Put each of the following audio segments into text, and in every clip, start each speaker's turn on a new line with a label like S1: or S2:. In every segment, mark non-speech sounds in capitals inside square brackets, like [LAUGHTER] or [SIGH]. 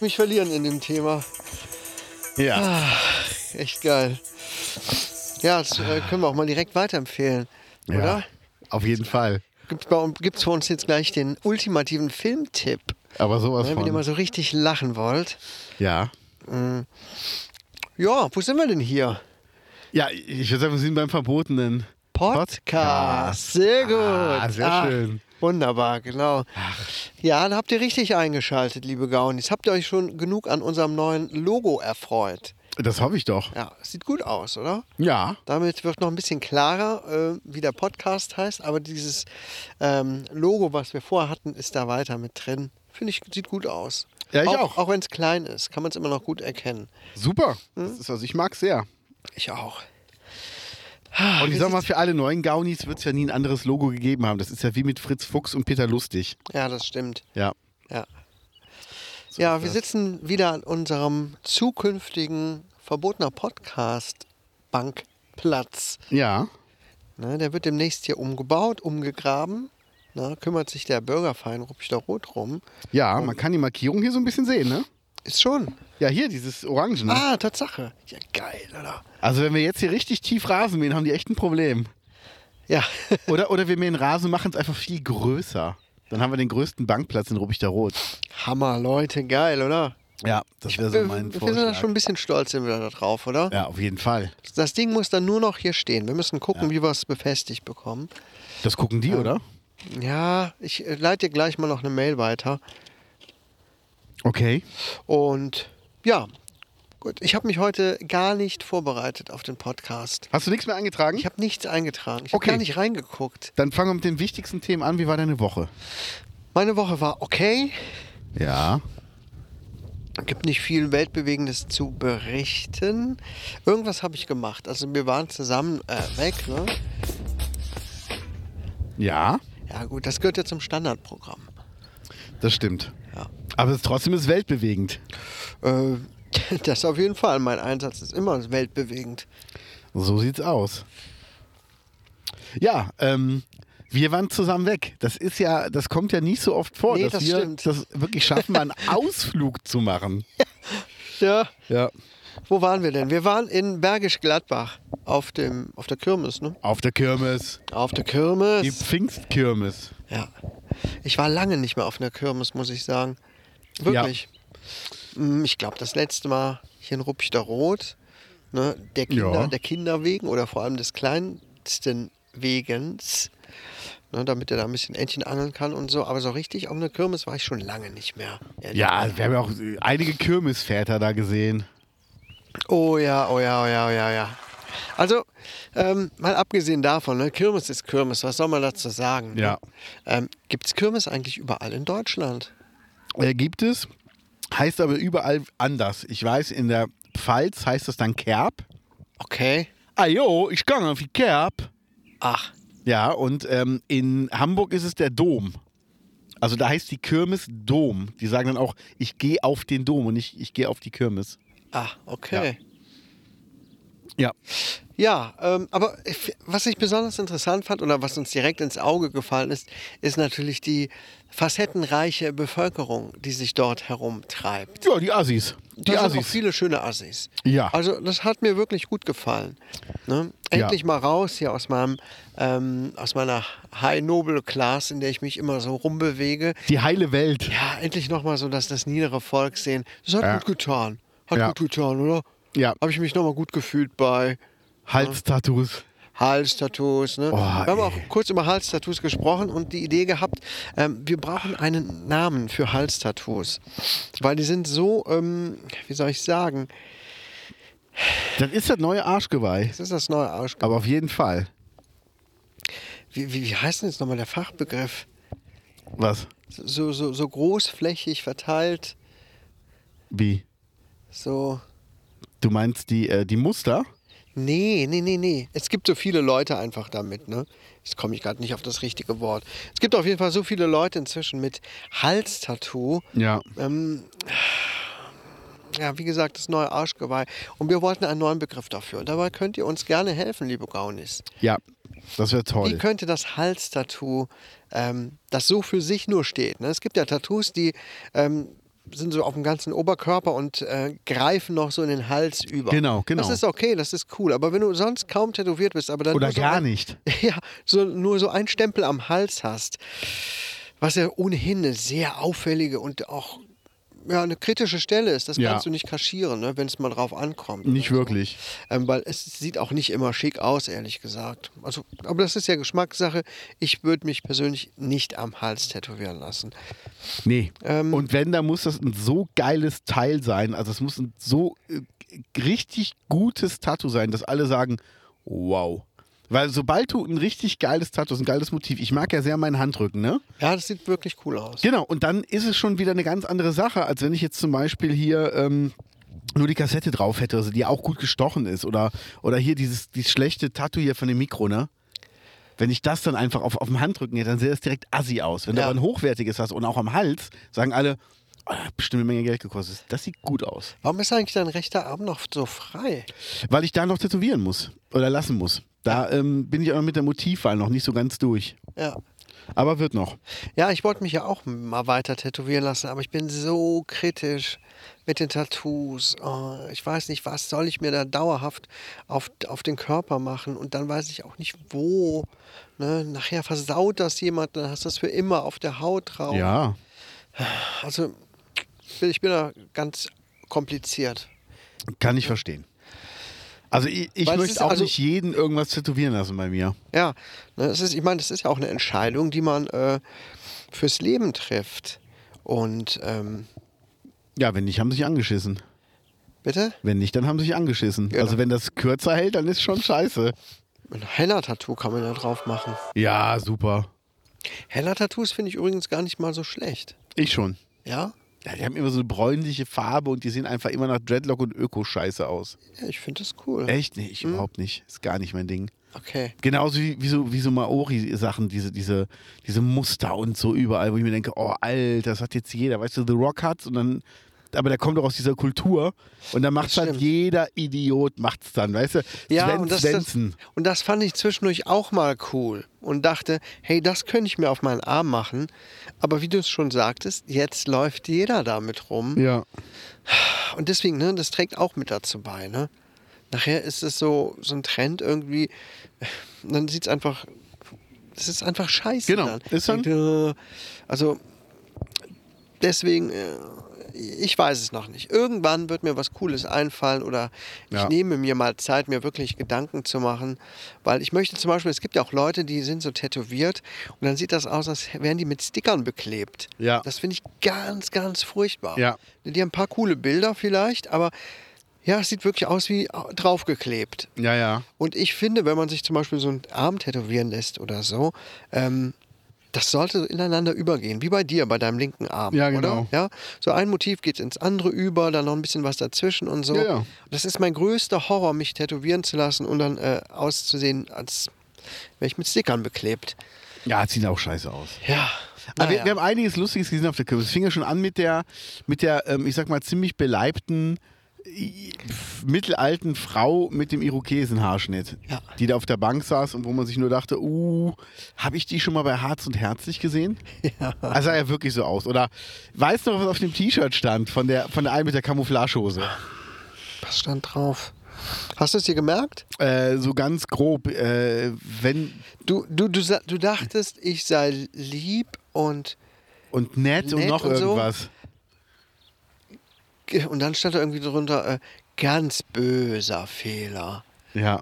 S1: Mich verlieren in dem Thema.
S2: Ja.
S1: Ah, Echt geil. Ja, das äh, können wir auch mal direkt weiterempfehlen,
S2: ja.
S1: oder?
S2: Auf jeden Fall.
S1: Gibt es für uns jetzt gleich den ultimativen Filmtipp,
S2: Aber sowas
S1: ne, wenn ihr mal
S2: von.
S1: so richtig lachen wollt.
S2: Ja.
S1: Ja, wo sind wir denn hier?
S2: Ja, ich würde sagen, wir sind beim Verbotenen.
S1: Podcast.
S2: Podcast.
S1: Sehr gut.
S2: Ah, sehr schön.
S1: Wunderbar, genau. Ja, dann habt ihr richtig eingeschaltet, liebe Gaunis. Habt ihr euch schon genug an unserem neuen Logo erfreut?
S2: Das hoffe ich doch.
S1: Ja, sieht gut aus, oder?
S2: Ja.
S1: Damit wird noch ein bisschen klarer, äh, wie der Podcast heißt, aber dieses ähm, Logo, was wir vorher hatten, ist da weiter mit drin. Finde ich, sieht gut aus.
S2: Ja, ich
S1: Auch,
S2: auch.
S1: auch wenn es klein ist, kann man es immer noch gut erkennen.
S2: Super.
S1: Hm?
S2: Das ist, also ich mag sehr.
S1: Ich auch. Ah,
S2: Und ich sag mal, für alle neuen Gaunis wird es ja nie ein anderes Logo gegeben haben. Das ist ja wie mit Fritz Fuchs und Peter Lustig.
S1: Ja, das stimmt.
S2: Ja.
S1: Ja. ja, wir sitzen wieder an unserem zukünftigen verbotener Podcast-Bankplatz.
S2: Ja.
S1: Ne, der wird demnächst hier umgebaut, umgegraben. Ne, kümmert sich der Bürgerverein Rupchter Rot rum.
S2: Ja, man kann die Markierung hier so ein bisschen sehen, ne?
S1: Ist schon.
S2: Ja, hier, dieses Orange, ne?
S1: Ah, Tatsache. Ja, geil, oder?
S2: Also wenn wir jetzt hier richtig tief Rasen mähen, haben die echt ein Problem.
S1: Ja, [LAUGHS]
S2: Oder, oder wir mähen Rasen, machen es einfach viel größer. Dann haben wir den größten Bankplatz in Rubik der Rot.
S1: Hammer, Leute, geil, oder?
S2: Ja, das wäre so
S1: wir wir sind
S2: mein
S1: da
S2: Vorschlag.
S1: schon ein bisschen stolz sind wir da drauf, oder?
S2: Ja, auf jeden Fall.
S1: Das Ding muss dann nur noch hier stehen. Wir müssen gucken, wie wir es befestigt bekommen.
S2: Das gucken die, oder?
S1: Ja, ich äh, leite dir gleich mal noch eine Mail weiter.
S2: Okay.
S1: Und ja, gut. Ich habe mich heute gar nicht vorbereitet auf den Podcast.
S2: Hast du nichts mehr eingetragen?
S1: Ich habe nichts eingetragen. Ich habe
S2: Hm? Okay.
S1: gar nicht reingeguckt.
S2: Dann fangen wir mit den wichtigsten Themen an. Wie war deine Woche?
S1: Meine Woche war okay.
S2: Ja.
S1: Gibt nicht viel Weltbewegendes zu berichten. Irgendwas habe ich gemacht. Also wir waren zusammen äh, weg. Ne?
S2: Ja,
S1: Ja gut, das gehört ja zum Standardprogramm.
S2: das stimmt.
S1: Ja.
S2: Aber es ist trotzdem ist weltbewegend.
S1: Äh, [LAUGHS] das auf jeden Fall. Mein Einsatz ist immer weltbewegend.
S2: So sieht's aus. Ja, ähm, wir waren zusammen weg. Das ist ja, das kommt ja nicht so oft vor,
S1: Nee,
S2: dass
S1: das
S2: wir
S1: stimmt.
S2: das wirklich schaffen, mal einen
S1: [LAUGHS]
S2: Ausflug zu machen.
S1: Ja.
S2: Ja.
S1: Wo waren wir denn? Wir waren in Bergisch Gladbach auf dem auf der Kirmes, ne?
S2: Auf der Kirmes.
S1: Auf der
S2: Die
S1: Kirmes.
S2: Pfingstkirmes.
S1: Ja. Ich war lange nicht mehr auf einer Kirmes, muss ich sagen. Wirklich. Mm, Ich glaube, das letzte Mal hier in Ruppichter Rot, ne, der Kinder,
S2: Ja.
S1: der Kinder wegen oder vor allem des kleinsten Wegens, ne, damit er da ein bisschen Entchen angeln kann und so. Aber so richtig auf einer Kirmes war ich schon lange nicht mehr. ehrlich
S2: Ja, wir haben ja auch einige Kirmesväter da gesehen.
S1: Oh ja, oh ja, oh ja, oh ja, ja. Also, ähm, mal abgesehen davon, ne, Kirmes ist Kirmes, was soll man dazu sagen?
S2: Ja.
S1: Ne? Ähm, Gibt es Kirmes eigentlich überall in Deutschland?
S2: Äh, gibt es, heißt aber überall anders. Ich weiß, in der Pfalz heißt das dann Kerb.
S1: Okay.
S2: Ah jo, ich kann auf die Kerb.
S1: Ach,
S2: Ja, und ähm, in Hamburg ist es der Dom. Also da heißt die Kirmes Dom. Die sagen dann auch, ich gehe auf den Dom und nicht, ich gehe auf die Kirmes.
S1: ah, okay.
S2: Ja.
S1: Ja, ähm, aber ich- was ich besonders interessant fand oder was uns direkt ins Auge gefallen ist, ist natürlich die facettenreiche Bevölkerung, die sich dort herumtreibt.
S2: Ja, die Assis. Die
S1: da sind auch
S2: Assis.
S1: viele schöne Assis.
S2: Ja.
S1: Also das hat mir wirklich gut gefallen. Ne?
S2: Ja.
S1: Endlich mal raus hier aus meinem ähm, aus meiner High Noble Class, in der ich mich immer so rumbewege.
S2: Die heile Welt.
S1: Ja, endlich nochmal so, dass das niedere Volk sehen. Das hat
S2: Ja.
S1: gut getan. Hat
S2: Ja.
S1: gut getan, oder?
S2: Ja.
S1: Habe ich mich nochmal gut gefühlt bei
S2: Halstattoos.
S1: Halstattoos. Ne?
S2: Oh,
S1: wir haben
S2: ey.
S1: auch kurz über Halstattoos gesprochen und die Idee gehabt, ähm, wir brauchen einen Namen für Halstattoos. Weil die sind so, ähm, wie soll ich sagen,
S2: Das ist das neue Arschgeweih.
S1: das ist das neue Arsch.
S2: Aber auf jeden Fall.
S1: Wie, wie, wie heißt denn jetzt nochmal der Fachbegriff?
S2: Was?
S1: So, so, so großflächig verteilt,
S2: Wie?
S1: so.
S2: Du meinst die, äh, die Muster?
S1: Nee, nee, nee, nee. Es gibt so viele Leute einfach damit, ne? Jetzt komme ich gerade nicht auf das richtige Wort. Es gibt auf jeden Fall so viele Leute inzwischen mit Halstattoo.
S2: Ja.
S1: Ähm, ja, wie gesagt, das neue Arschgeweih. Und wir wollten einen neuen Begriff dafür. Und dabei könnt ihr uns gerne helfen, liebe Gaunis.
S2: Ja, das wäre
S1: Wie
S2: toll.
S1: könnte das Halstattoo, ähm, das so für sich nur steht? Ne? Es gibt ja Tattoos, die ähm, sind so auf dem ganzen Oberkörper und äh, greifen noch so in den Hals über.
S2: Genau, genau.
S1: Das ist okay, das ist cool. Aber wenn du sonst kaum tätowiert bist, aber dann
S2: Oder
S1: nur so
S2: gar
S1: ein,
S2: nicht.
S1: [LAUGHS] Ja, so, nur so ein Stempel am Hals hast, was ja ohnehin eine sehr auffällige und auch ja, eine kritische Stelle ist. Das
S2: Ja.
S1: kannst du nicht kaschieren, ne, wenn es mal drauf ankommt.
S2: Nicht
S1: Oder so.
S2: wirklich.
S1: Ähm, weil es sieht auch nicht immer schick aus, ehrlich gesagt. Also, aber das ist ja Geschmackssache. Ich würde mich persönlich nicht am Hals tätowieren lassen.
S2: Nee.
S1: Ähm,
S2: und wenn, dann muss das ein so geiles Teil sein. Also es muss ein so äh, richtig gutes Tattoo sein, dass alle sagen, wow. Weil sobald du ein richtig geiles Tattoo, ein geiles Motiv, ich mag ja sehr meinen Handrücken, ne?
S1: Ja, das sieht wirklich cool aus.
S2: Genau, und dann ist es schon wieder eine ganz andere Sache, als wenn ich jetzt zum Beispiel hier ähm, nur die Kassette drauf hätte, also die auch gut gestochen ist. Oder, oder hier dieses, dieses schlechte Tattoo hier von dem Mikro, ne? Wenn ich das dann einfach auf, auf dem Handrücken hätte, dann sähe das direkt assi aus. Wenn
S1: Ja.
S2: du aber ein hochwertiges hast und auch am Hals, sagen alle, oh, das hat bestimmt eine Menge Geld gekostet. Das sieht gut aus.
S1: Warum ist eigentlich dein rechter Arm noch so frei?
S2: Weil ich da noch tätowieren muss oder lassen muss. Da ähm, bin ich auch noch mit der Motivwahl noch nicht so ganz durch.
S1: Ja.
S2: Aber wird noch.
S1: Ja, ich wollte mich ja auch mal weiter tätowieren lassen, aber ich bin so kritisch mit den Tattoos. Oh, ich weiß nicht, was soll ich mir da dauerhaft auf, auf den Körper machen und dann weiß ich auch nicht wo. Ne? Nachher versaut das jemand, dann hast du das für immer auf der Haut drauf.
S2: Ja.
S1: Also, ich bin da ganz kompliziert.
S2: Kann ich verstehen. Also ich, ich
S1: Weil es ist
S2: möchte auch
S1: also-
S2: nicht jeden irgendwas tätowieren lassen bei mir.
S1: Ja, ne, es ist, ich meine, das ist ja auch eine Entscheidung, die man äh, fürs Leben trifft. Und, ähm,
S2: Ja, wenn nicht, haben sie sich angeschissen.
S1: bitte?
S2: Wenn nicht, dann haben sie sich angeschissen.
S1: Genau.
S2: Also wenn das kürzer hält, dann ist schon scheiße.
S1: Ein Henna-Tattoo kann man da drauf machen.
S2: Ja, super.
S1: Henna-Tattoos finde ich übrigens gar nicht mal so schlecht.
S2: Ich schon.
S1: Ja?
S2: Ja, die haben immer so eine bräunliche Farbe und die sehen einfach immer nach Dreadlock und Öko-Scheiße aus.
S1: ja Hm? ich finde das cool.
S2: Echt? Nee, ich überhaupt nicht. Ist gar nicht mein Ding.
S1: Okay.
S2: Genauso wie, wie so, wie so Maori-Sachen, diese, diese, diese Muster und so überall, wo ich mir denke, oh, Alter, das hat jetzt jeder. Weißt du, The Rock hat's und dann, aber der kommt doch aus dieser Kultur und dann macht's
S1: Das
S2: halt
S1: stimmt.
S2: jeder Idiot, macht's dann, weißt du?
S1: Ja,
S2: Sven
S1: und, das, das,
S2: Svensson.
S1: und das fand ich zwischendurch auch mal cool und dachte, hey, das könnte ich mir auf meinen Arm machen. Aber wie du es schon sagtest, jetzt läuft jeder damit rum.
S2: Ja.
S1: Und deswegen, ne, das trägt auch mit dazu bei, ne? Nachher ist es so, so ein Trend irgendwie, dann sieht es einfach, es ist einfach scheiße.
S2: Genau,
S1: Dann.
S2: ist dann-
S1: Denkt, äh, Also, deswegen, äh, ich weiß es noch nicht. Irgendwann wird mir was Cooles einfallen oder ich
S2: Ja.
S1: nehme mir mal Zeit, mir wirklich Gedanken zu machen, weil ich möchte zum Beispiel, es gibt ja auch Leute, die sind so tätowiert und dann sieht das aus, als wären die mit Stickern beklebt.
S2: Ja.
S1: Das finde ich ganz, ganz furchtbar.
S2: Ja.
S1: Die haben ein paar coole Bilder vielleicht, aber ja, es sieht wirklich aus wie au- draufgeklebt.
S2: Ja, ja.
S1: Und ich finde, wenn man sich zum Beispiel so einen Arm tätowieren lässt oder so, ähm, das sollte so ineinander übergehen, wie bei dir, bei deinem linken Arm.
S2: Ja,
S1: Oder?
S2: genau.
S1: Ja, so ein Motiv geht ins andere über, dann noch ein bisschen was dazwischen und so.
S2: Ja, ja.
S1: Das ist mein größter Horror, mich tätowieren zu lassen und dann äh, auszusehen, als wäre ich mit Stickern beklebt.
S2: Ja, sieht auch scheiße aus.
S1: Ja.
S2: Aber
S1: naja.
S2: wir, wir haben einiges Lustiges gesehen auf der Kirmes. Es fing ja schon an mit der, mit der ähm, ich sag mal, ziemlich beleibten, mittelalten Frau mit dem Irokesenhaarschnitt,
S1: Ja.
S2: die da auf der Bank saß und wo man sich nur dachte, uh, habe ich die schon mal bei Harz und Herzlich gesehen? Ja. Also sah ja wirklich so aus. Oder weißt du noch, was auf dem T-Shirt stand von der von der einen mit der Camouflagehose?
S1: Was stand drauf? Hast du es dir gemerkt?
S2: Äh, so ganz grob, äh, wenn
S1: Du, du, du, sa- du dachtest, ich sei lieb und,
S2: und nett, und
S1: Nett
S2: noch
S1: und so.
S2: irgendwas.
S1: und dann stand da irgendwie drunter äh, ganz böser Fehler.
S2: Ja,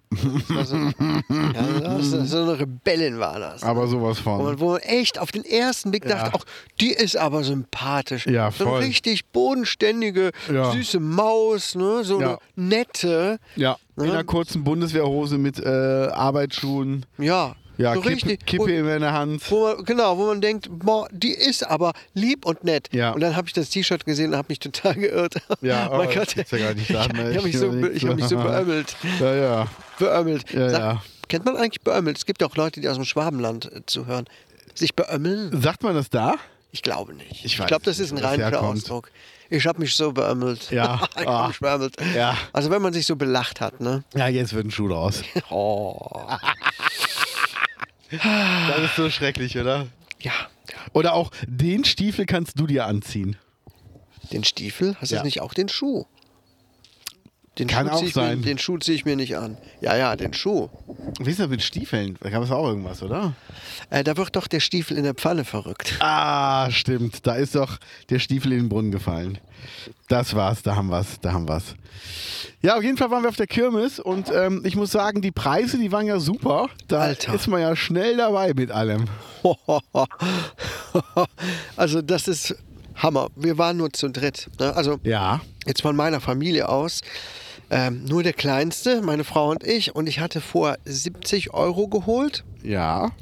S1: Das
S2: [LAUGHS]
S1: war so, ja, das war so eine Rebellin war das.
S2: aber sowas
S1: Wo man,
S2: von.
S1: wo man echt auf den ersten Blick dachte, ach, die ist aber sympathisch.
S2: Ja,
S1: so
S2: voll.
S1: eine richtig bodenständige,
S2: Ja.
S1: süße Maus, ne? so
S2: Ja.
S1: eine nette.
S2: Ja, in
S1: Ja.
S2: einer kurzen Bundeswehrhose mit äh, Arbeitsschuhen.
S1: Ja,
S2: Ja,
S1: so
S2: Kippe,
S1: richtig.
S2: Kippe in meiner Hand.
S1: Wo, wo man, genau, wo man denkt, boah, die ist aber lieb und nett.
S2: Ja.
S1: Und dann habe ich das T-Shirt gesehen und habe mich total geirrt.
S2: Ja,
S1: [LAUGHS]
S2: oh,
S1: mein
S2: das
S1: Gott,
S2: gibt's ja gar nicht. Da hat
S1: ich
S2: man
S1: habe
S2: echt
S1: mich, so,
S2: überlegt,
S1: ich hab mich so
S2: so.
S1: beömmelt.
S2: Ja, ja.
S1: beömmelt.
S2: Ja, ja.
S1: Kennt man eigentlich beömmelt? Es gibt ja auch Leute, die aus dem Schwabenland äh, zuhören. Sich beömmeln?
S2: Sagt man das da?
S1: Ich glaube nicht.
S2: Ich weiß
S1: glaube, das
S2: nicht,
S1: ist ein
S2: wo das
S1: rheinischer
S2: herkommt.
S1: Ausdruck. Ich habe mich so beömmelt.
S2: Ja.
S1: [LAUGHS] ich
S2: Ah.
S1: habe mich beömmelt.
S2: Ja.
S1: Also wenn man sich so belacht hat, ne?
S2: Ja, jetzt wird ein Schuh raus.
S1: Oh.
S2: [LAUGHS] Das ist so schrecklich, oder?
S1: Ja.
S2: Oder auch den Stiefel kannst du dir anziehen.
S1: Den Stiefel? Hast du
S2: Ja.
S1: jetzt nicht auch den Schuh? Den
S2: Kann
S1: Schuh
S2: auch
S1: zieh ich
S2: sein.
S1: Mir, den Schuh ziehe ich mir nicht an. Ja, ja, den Schuh.
S2: Wie ist das mit Stiefeln? Da gab es auch irgendwas, oder?
S1: Äh, da wird doch der Stiefel in der Pfanne verrückt. [LAUGHS]
S2: Ah, stimmt. Da ist doch der Stiefel in den Brunnen gefallen. Das war's, da haben wir's, da haben wir's. Ja, auf jeden Fall waren wir auf der Kirmes und ähm, ich muss sagen, die Preise, die waren ja super. Da
S1: Alter.
S2: ist man ja schnell dabei mit allem.
S1: also das ist Hammer. Wir waren nur zu dritt. Ne? Also
S2: Ja.
S1: jetzt von meiner Familie aus. Ähm, nur der Kleinste, meine Frau und ich. Und ich hatte vor 70 Euro geholt.
S2: Ja.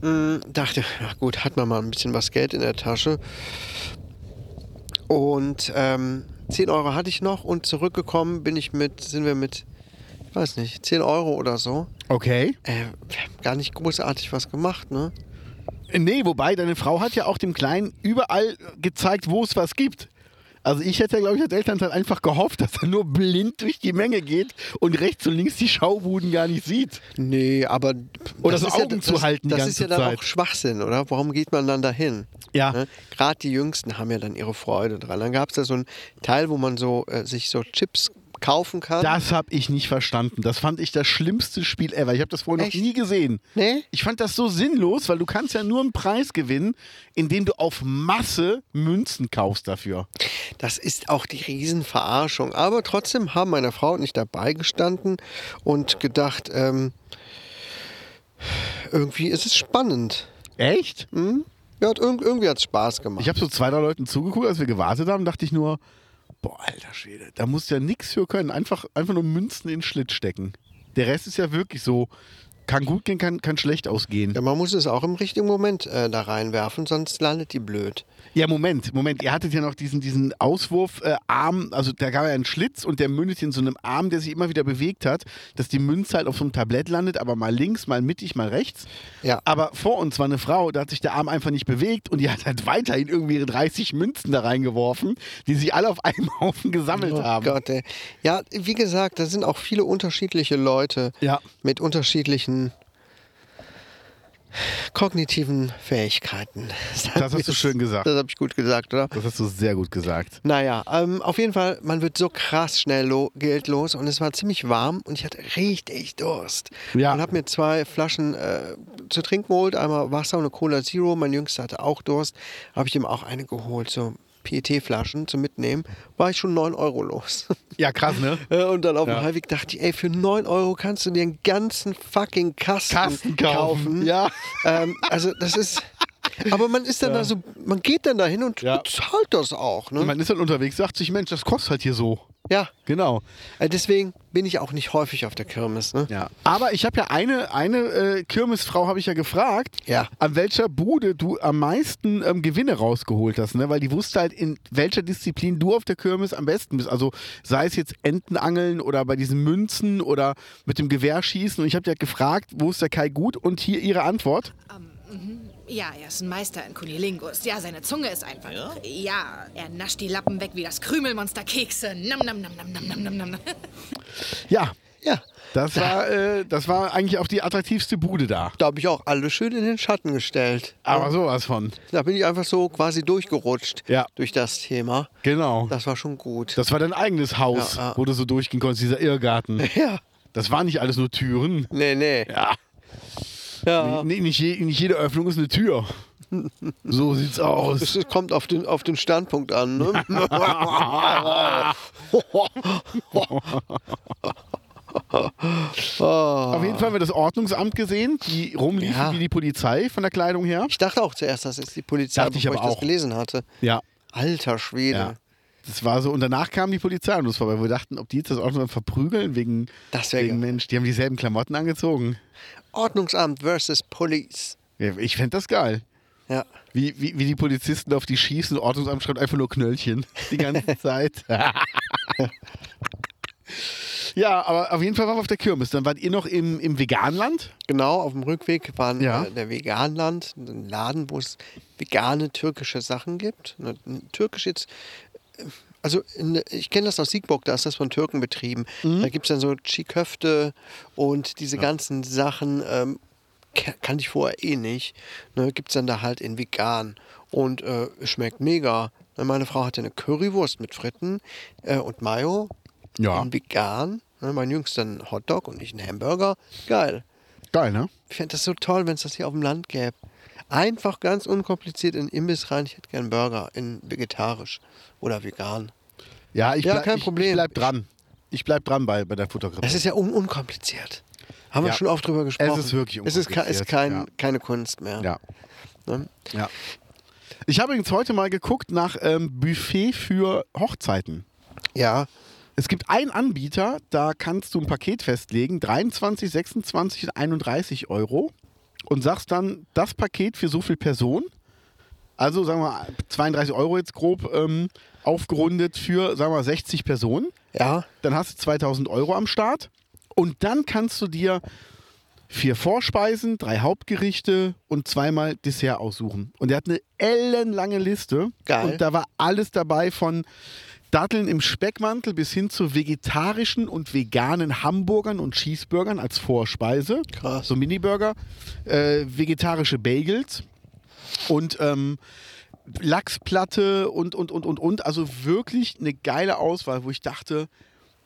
S1: Mm, dachte, na gut, hat man mal ein bisschen was Geld in der Tasche. Und ähm, 10 Euro hatte ich noch und zurückgekommen bin ich mit, sind wir mit, ich weiß nicht, 10 Euro oder so.
S2: Okay.
S1: Äh, wir haben gar nicht großartig was gemacht, ne?
S2: Nee, wobei, deine Frau hat ja auch dem Kleinen überall gezeigt, wo es was gibt. Also ich hätte ja, glaube ich, als Elternteil einfach gehofft, dass er nur blind durch die Menge geht und rechts und links die Schaubuden gar nicht sieht.
S1: Nee, aber.
S2: Oder
S1: das
S2: so
S1: ist ja-
S2: Augen
S1: das,
S2: zu halten die
S1: Das
S2: ganze
S1: ist ja dann
S2: Zeit.
S1: auch Schwachsinn, oder? Warum geht man dann dahin?
S2: Ja.
S1: Ne? Gerade die Jüngsten haben ja dann ihre Freude dran. Dann gab es da so einen Teil, wo man so äh, sich so Chips kaufen kann.
S2: Das habe ich nicht verstanden. Das fand ich das schlimmste Spiel ever. Ich habe das vorher
S1: Echt?
S2: noch nie gesehen.
S1: Nee?
S2: Ich fand das so sinnlos, weil du kannst ja nur einen Preis gewinnen, indem du auf Masse Münzen kaufst dafür.
S1: Das ist auch die Riesenverarschung. Aber trotzdem haben meine Frau und ich dabei gestanden und gedacht, ähm, irgendwie ist es spannend.
S2: Echt?
S1: Hm? Ja, hat irgend, irgendwie hat es Spaß gemacht.
S2: Ich habe so zwei, drei Leuten zugeguckt, als wir gewartet haben, dachte ich nur, boah, alter Schwede, da musst du ja nichts für können. Einfach, einfach nur Münzen in den Schlitz stecken. Der Rest ist ja wirklich so, kann gut gehen, kann, kann schlecht ausgehen.
S1: ja, man muss es auch im richtigen Moment äh, da reinwerfen, sonst landet die blöd.
S2: Ja, Moment, Moment. Ihr hattet ja noch diesen, diesen Auswurfarm, äh, Arm, also da gab ja einen Schlitz und der mündete in so einem Arm, der sich immer wieder bewegt hat, dass die Münze halt auf so einem Tablett landet, aber mal links, mal mittig, mal rechts.
S1: Ja.
S2: Aber vor uns war eine Frau, da hat sich der Arm einfach nicht bewegt und die hat halt weiterhin irgendwie ihre 30 Münzen da reingeworfen, die sich alle auf einem [LAUGHS] Haufen gesammelt
S1: Oh
S2: haben.
S1: Gott, ey. Ja, wie gesagt, da sind auch viele unterschiedliche Leute
S2: Ja.
S1: mit unterschiedlichen kognitiven Fähigkeiten.
S2: Das hast du schön gesagt.
S1: Das habe ich gut gesagt, oder?
S2: Das hast du sehr gut gesagt.
S1: Naja, ähm, auf jeden Fall, man wird so krass schnell lo geldlos und es war ziemlich warm und ich hatte richtig Durst.
S2: Ja.
S1: Und habe mir zwei Flaschen äh, zu trinken geholt, einmal Wasser und eine Cola Zero. Mein Jüngster hatte auch Durst, habe ich ihm auch eine geholt, so PET-Flaschen zum Mitnehmen. War ich schon 9 Euro los. [LAUGHS]
S2: Ja, krass, ne?
S1: Äh, Und dann auf
S2: Ja.
S1: dem Heimweg dachte ich, ey, für 9 Euro kannst du dir einen ganzen fucking Kasten,
S2: Kasten kaufen.
S1: kaufen.
S2: Ja.
S1: [LAUGHS] Ähm, also das ist. Aber man ist dann da so, man geht dann dahin und
S2: Ja.
S1: bezahlt das auch. Ne?
S2: Man ist dann unterwegs, sagt sich, Mensch, das kostet halt hier so.
S1: ja.
S2: Genau.
S1: Äh, Deswegen bin ich auch nicht häufig auf der Kirmes. Ne?
S2: Ja. Aber ich habe ja eine, eine äh, Kirmesfrau habe ich ja gefragt,
S1: Ja.
S2: an welcher Bude du am meisten ähm, Gewinne rausgeholt hast, ne? Weil die wusste halt, in welcher Disziplin du auf der Kirmes am besten bist. Also sei es jetzt Entenangeln oder bei diesen Münzen oder halt mit dem Gewehrschießen. Und ich habe ja gefragt, wo ist der Kai gut? Und hier ihre Antwort.
S3: Ja, er ist ein Meister in Kunilingus. Ja, seine Zunge ist einfach. Ja? er nascht die Lappen weg wie das Krümelmonster Kekse. Nam, nam, nam, nam, nam, nam, nam, nam.
S2: Ja,
S1: Ja,
S2: das war, äh, das war eigentlich auch die attraktivste Bude da.
S1: da habe ich auch alle schön in den Schatten gestellt.
S2: Aber sowas von.
S1: Da bin ich einfach so quasi durchgerutscht
S2: Ja.
S1: durch das Thema.
S2: Genau.
S1: Das war schon gut.
S2: Das war dein eigenes Haus,
S1: Ja, ja.
S2: wo du so durchgehen konntest, dieser Irrgarten.
S1: [LAUGHS] ja,
S2: Das war nicht alles nur Türen.
S1: nee, nee.
S2: Ja.
S1: Ja.
S2: Nee, nicht, je, nicht jede Öffnung ist eine Tür. So sieht's
S1: Es
S2: aus.
S1: es kommt auf den, auf den Standpunkt an. Ne?
S2: [LAUGHS] Auf jeden Fall haben wir das Ordnungsamt gesehen, die rumliefen
S1: Ja.
S2: wie die Polizei von der Kleidung her.
S1: Ich dachte auch zuerst, das ist die Polizei,
S2: Dachte ich
S1: bevor ich
S2: aber
S1: das
S2: auch.
S1: gelesen hatte.
S2: Ja.
S1: Alter Schwede.
S2: ja. Äh, Das war so. Und danach kam die Polizei und das war, weil wir dachten, ob die jetzt das Ordnungsamt verprügeln wegen,
S1: Das wär
S2: wegen
S1: geil.
S2: Mensch, die haben dieselben Klamotten angezogen.
S1: Ordnungsamt versus Police.
S2: Ja, Ich fänd das geil.
S1: Ja.
S2: Wie, wie, wie die Polizisten auf die schießen, Ordnungsamt schreibt einfach nur Knöllchen [LAUGHS] die ganze Zeit. ja, aber auf jeden Fall waren wir auf der Kirmes. Dann wart ihr noch im, im Veganland.
S1: Genau, auf dem Rückweg waren
S2: Ja.
S1: äh, der Veganland, ein Laden, wo es vegane türkische Sachen gibt. Ne, n- Türkisch jetzt, äh, also in, ich kenne das aus Siegburg, da ist das von Türken betrieben.
S2: Mhm.
S1: Da gibt es dann so Chiköfte und diese ganzen Sachen, ähm, ke- kannte ich vorher eh nicht, ne, gibt es dann da halt in vegan und äh, es schmeckt mega. Ne, Meine Frau hatte eine Currywurst mit Fritten äh, und Mayo
S2: Ja.
S1: in vegan. Ne, Mein Jüngster einen Hotdog und ich einen Hamburger. Geil.
S2: Geil, ne?
S1: Ich fände das so toll, wenn es das hier auf dem Land gäbe. Einfach ganz unkompliziert in den Imbiss rein. Ich hätte gern Burger in vegetarisch oder vegan.
S2: Ja, ich,
S1: Ja,
S2: bleib,
S1: kein
S2: ich,
S1: Problem.
S2: ich bleib dran. Ich bleib dran bei, bei der Fotografie.
S1: Das ist ja un unkompliziert. Haben
S2: Ja.
S1: wir schon oft drüber gesprochen.
S2: Es ist wirklich
S1: Es ist, ke- ist
S2: unkompliziert,
S1: kein,
S2: ja.
S1: keine Kunst mehr.
S2: ja.
S1: Ne?
S2: ja. Ich habe übrigens heute mal geguckt nach ähm, Buffet für Hochzeiten.
S1: ja.
S2: Es gibt einen Anbieter, da kannst du ein Paket festlegen, 23, 26 und 31 Euro und sagst dann, das Paket für so viel Personen, also sagen wir 32 Euro jetzt grob ähm, aufgerundet für, sagen wir 60 Personen,
S1: Ja.
S2: dann hast du 2000 Euro am Start und dann kannst du dir vier Vorspeisen, drei Hauptgerichte und zweimal Dessert aussuchen. Und er hat eine ellenlange Liste.
S1: Geil.
S2: Und da war alles dabei von Datteln im Speckmantel bis hin zu vegetarischen und veganen Hamburgern und Cheeseburgern als Vorspeise.
S1: Krass.
S2: So Miniburger, äh, vegetarische Bagels und ähm, Lachsplatte und, und, und, und, und. Also wirklich eine geile Auswahl, wo ich dachte,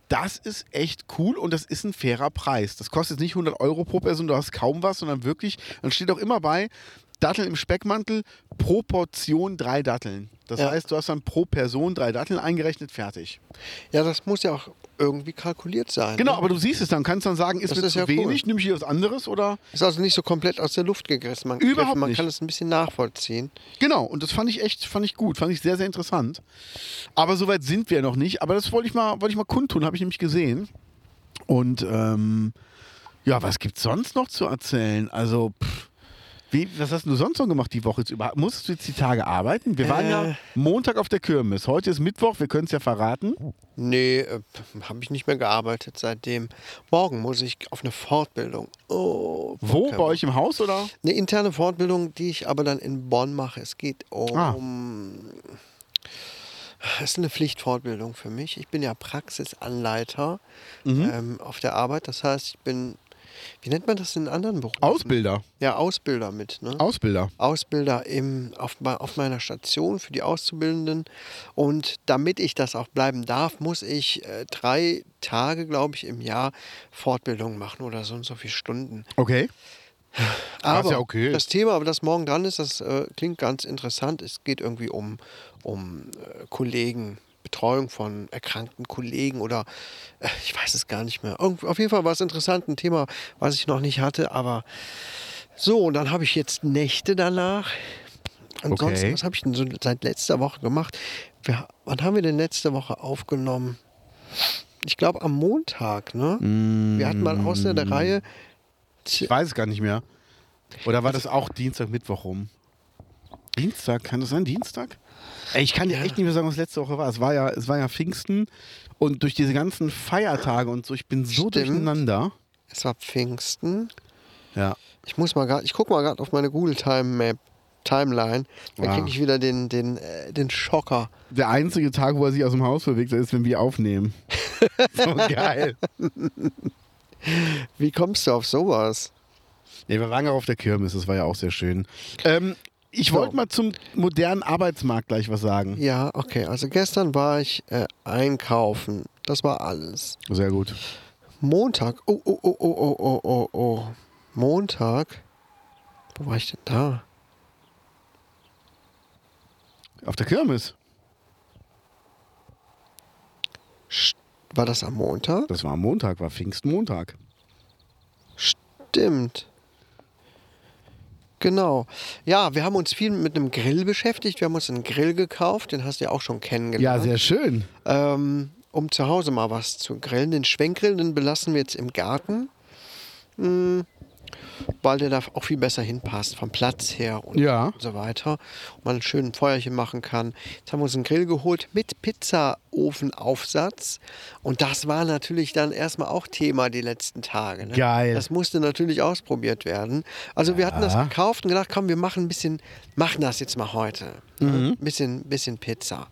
S2: das ist echt cool und das ist ein fairer Preis. Das kostet nicht 100 Euro pro Person, du hast kaum was, sondern wirklich, dann steht auch immer bei, Datteln im Speckmantel, pro Portion drei Datteln. Das
S1: Ja.
S2: heißt, du hast dann pro Person drei Datteln eingerechnet, fertig.
S1: Ja, das muss ja auch irgendwie kalkuliert sein.
S2: Genau,
S1: Ne?
S2: aber du siehst es dann, kannst dann sagen, ist
S1: Das
S2: mir
S1: ist
S2: zu
S1: ja cool.
S2: wenig, nimm ich hier was anderes oder
S1: Ist also nicht so komplett aus der Luft gegriffen. Man,
S2: Überhaupt
S1: man
S2: nicht.
S1: kann es ein bisschen nachvollziehen.
S2: Genau, und das fand ich echt, fand ich gut, fand ich sehr, sehr interessant. Aber soweit sind wir noch nicht. Aber das wollte ich mal, wollte ich mal kundtun, habe ich nämlich gesehen. Und ähm, ja, was gibt's sonst noch zu erzählen? Also, pff, wie, was hast denn du sonst noch gemacht die Woche jetzt überhaupt? Musstest du jetzt die Tage arbeiten? Wir waren
S1: Äh.
S2: ja Montag auf der Kirmes. Heute ist Mittwoch, wir können es ja verraten.
S1: Nee, habe ich nicht mehr gearbeitet seitdem. Morgen muss ich auf eine Fortbildung. Oh,
S2: Wo?
S1: Bock,
S2: Bei
S1: ja.
S2: euch im Haus oder?
S1: Eine interne Fortbildung, die ich aber dann in Bonn mache. Es geht
S2: Ah.
S1: um. Es ist eine Pflichtfortbildung für mich. Ich bin ja Praxisanleiter ähm, auf der Arbeit. Das heißt, ich bin. Wie nennt man das in anderen Berufen?
S2: Ausbilder.
S1: Ja, Ausbilder mit. Ne?
S2: Ausbilder.
S1: Ausbilder im, auf, me- auf meiner Station für die Auszubildenden. Und damit ich das auch bleiben darf, muss ich äh, drei Tage, glaube ich, im Jahr Fortbildung machen oder so und so viele Stunden.
S2: Okay. Ah, ist
S1: Aber
S2: ja okay.
S1: das Thema, aber das morgen dran ist, das äh, klingt ganz interessant. Es geht irgendwie um, um äh, Kollegen, Betreuung von erkrankten Kollegen oder äh, ich weiß es gar nicht mehr. Irgend, auf jeden Fall war es interessant, ein Thema, was ich noch nicht hatte, aber so, und dann habe ich jetzt Nächte danach. Ansonsten,
S2: Okay.
S1: was habe ich denn so seit letzter Woche gemacht? Wir, wann haben wir denn letzte Woche aufgenommen? Ich glaube am Montag, ne? Wir hatten mal außer
S2: Mm.
S1: der Reihe
S2: Ich weiß es gar nicht mehr. Oder war das auch Dienstag, Mittwoch rum? Dienstag, kann das sein? Dienstag? Ey, ich kann dir echt nicht mehr sagen, was letzte Woche war. Es war ja, es war ja Pfingsten und durch diese ganzen Feiertage und so, ich bin so
S1: Stimmt.
S2: durcheinander.
S1: Es war Pfingsten.
S2: Ja.
S1: Ich muss mal gerade, ich gucke mal gerade auf meine Google Time Map. Timeline, dann
S2: Ja.
S1: kriege ich wieder den, den, äh, den Schocker.
S2: Der einzige Tag, wo er sich aus dem Haus bewegt, ist, wenn wir [LAUGHS] aufnehmen. so geil.
S1: Wie kommst du auf sowas?
S2: Nee, wir waren ja auf der Kirmes, das war ja auch sehr schön. Ähm, ich wollte mal zum modernen Arbeitsmarkt gleich was sagen.
S1: Ja, okay. Also gestern war ich äh, einkaufen. Das war alles.
S2: Sehr gut.
S1: Montag. Oh, oh, oh, oh, oh, oh, oh, oh. Montag. Wo war ich denn da?
S2: Auf der Kirmes?
S1: Sch- War das am Montag?
S2: Das war am Montag, war Pfingstmontag.
S1: Stimmt. Genau. Ja, wir haben uns viel mit einem Grill beschäftigt. Wir haben uns einen Grill gekauft, den hast du ja auch schon
S2: Ja,
S1: kennengelernt.
S2: sehr schön.
S1: ähm, um zu Hause mal was zu grillen. Den Schwenkgrill, den belassen wir jetzt im Garten, mh, weil der da auch viel besser hinpasst, vom Platz her und,
S2: Ja.
S1: und so weiter. Und man ein schönes Feuerchen machen kann. Jetzt haben wir uns einen Grill geholt mit Pizzaofenaufsatz. Und das war natürlich dann erstmal auch Thema die letzten Tage. Ne?
S2: Geil.
S1: Das musste natürlich ausprobiert werden. Also wir hatten das
S2: Ja.
S1: gekauft und gedacht, komm, wir machen ein bisschen, machen das jetzt mal heute.
S2: Mhm.
S1: Ein bisschen, bisschen Pizza.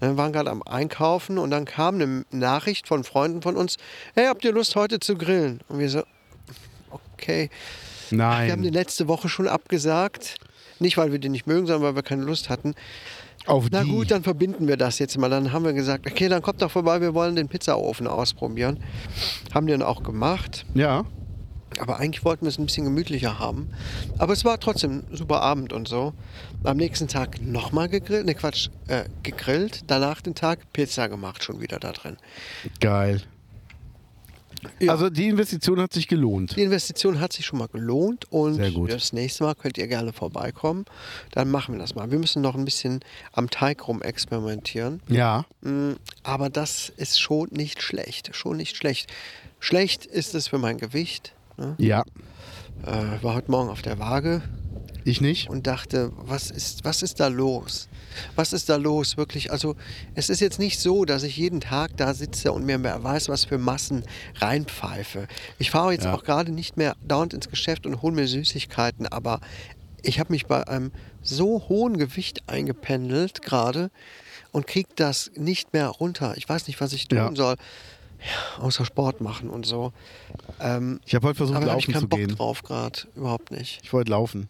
S1: Dann waren gerade am Einkaufen und dann kam eine Nachricht von Freunden von uns, hey, habt ihr Lust heute zu grillen? Und wir so, okay. Wir haben die
S2: Nein.
S1: letzte Woche schon abgesagt. Nicht, weil wir den nicht mögen, sondern weil wir keine Lust hatten.
S2: Auf
S1: Na
S2: die.
S1: gut, dann verbinden wir das jetzt mal. Dann haben wir gesagt, okay, dann kommt doch vorbei, wir wollen den Pizzaofen ausprobieren. Haben den auch gemacht.
S2: Ja.
S1: Aber eigentlich wollten wir es ein bisschen gemütlicher haben. Aber es war trotzdem ein super Abend und so. Am nächsten Tag nochmal gegrillt, ne Quatsch, äh, gegrillt. Danach den Tag Pizza gemacht, schon wieder da drin.
S2: Geil.
S1: Ja.
S2: Also die Investition hat sich gelohnt.
S1: Die Investition hat sich schon mal gelohnt und
S2: Sehr gut.
S1: das nächste Mal könnt ihr gerne vorbeikommen. Dann machen wir das mal. Wir müssen noch ein bisschen am Teig rum experimentieren.
S2: Ja.
S1: Mm, Aber das ist schon nicht schlecht. Schon nicht schlecht. Schlecht ist es für mein Gewicht. Ne?
S2: Ja.
S1: Äh, war heute Morgen auf der Waage.
S2: Ich nicht?
S1: und dachte, was ist, was ist da los? Was ist da los? Wirklich, also es ist jetzt nicht so, dass ich jeden Tag da sitze und mir mehr weiß, was für Massen reinpfeife. Ich fahre jetzt
S2: Ja.
S1: auch gerade nicht mehr dauernd ins Geschäft und hole mir Süßigkeiten, aber ich habe mich bei einem so hohen Gewicht eingependelt gerade und kriege das nicht mehr runter. Ich weiß nicht, was ich tun
S2: Ja.
S1: soll. Ja, außer Sport machen und so. Ähm,
S2: Ich habe heute versucht,
S1: aber da habe ich
S2: laufen zu
S1: keinen Bock
S2: gehen.
S1: drauf gerade. Überhaupt nicht.
S2: Ich wollte laufen.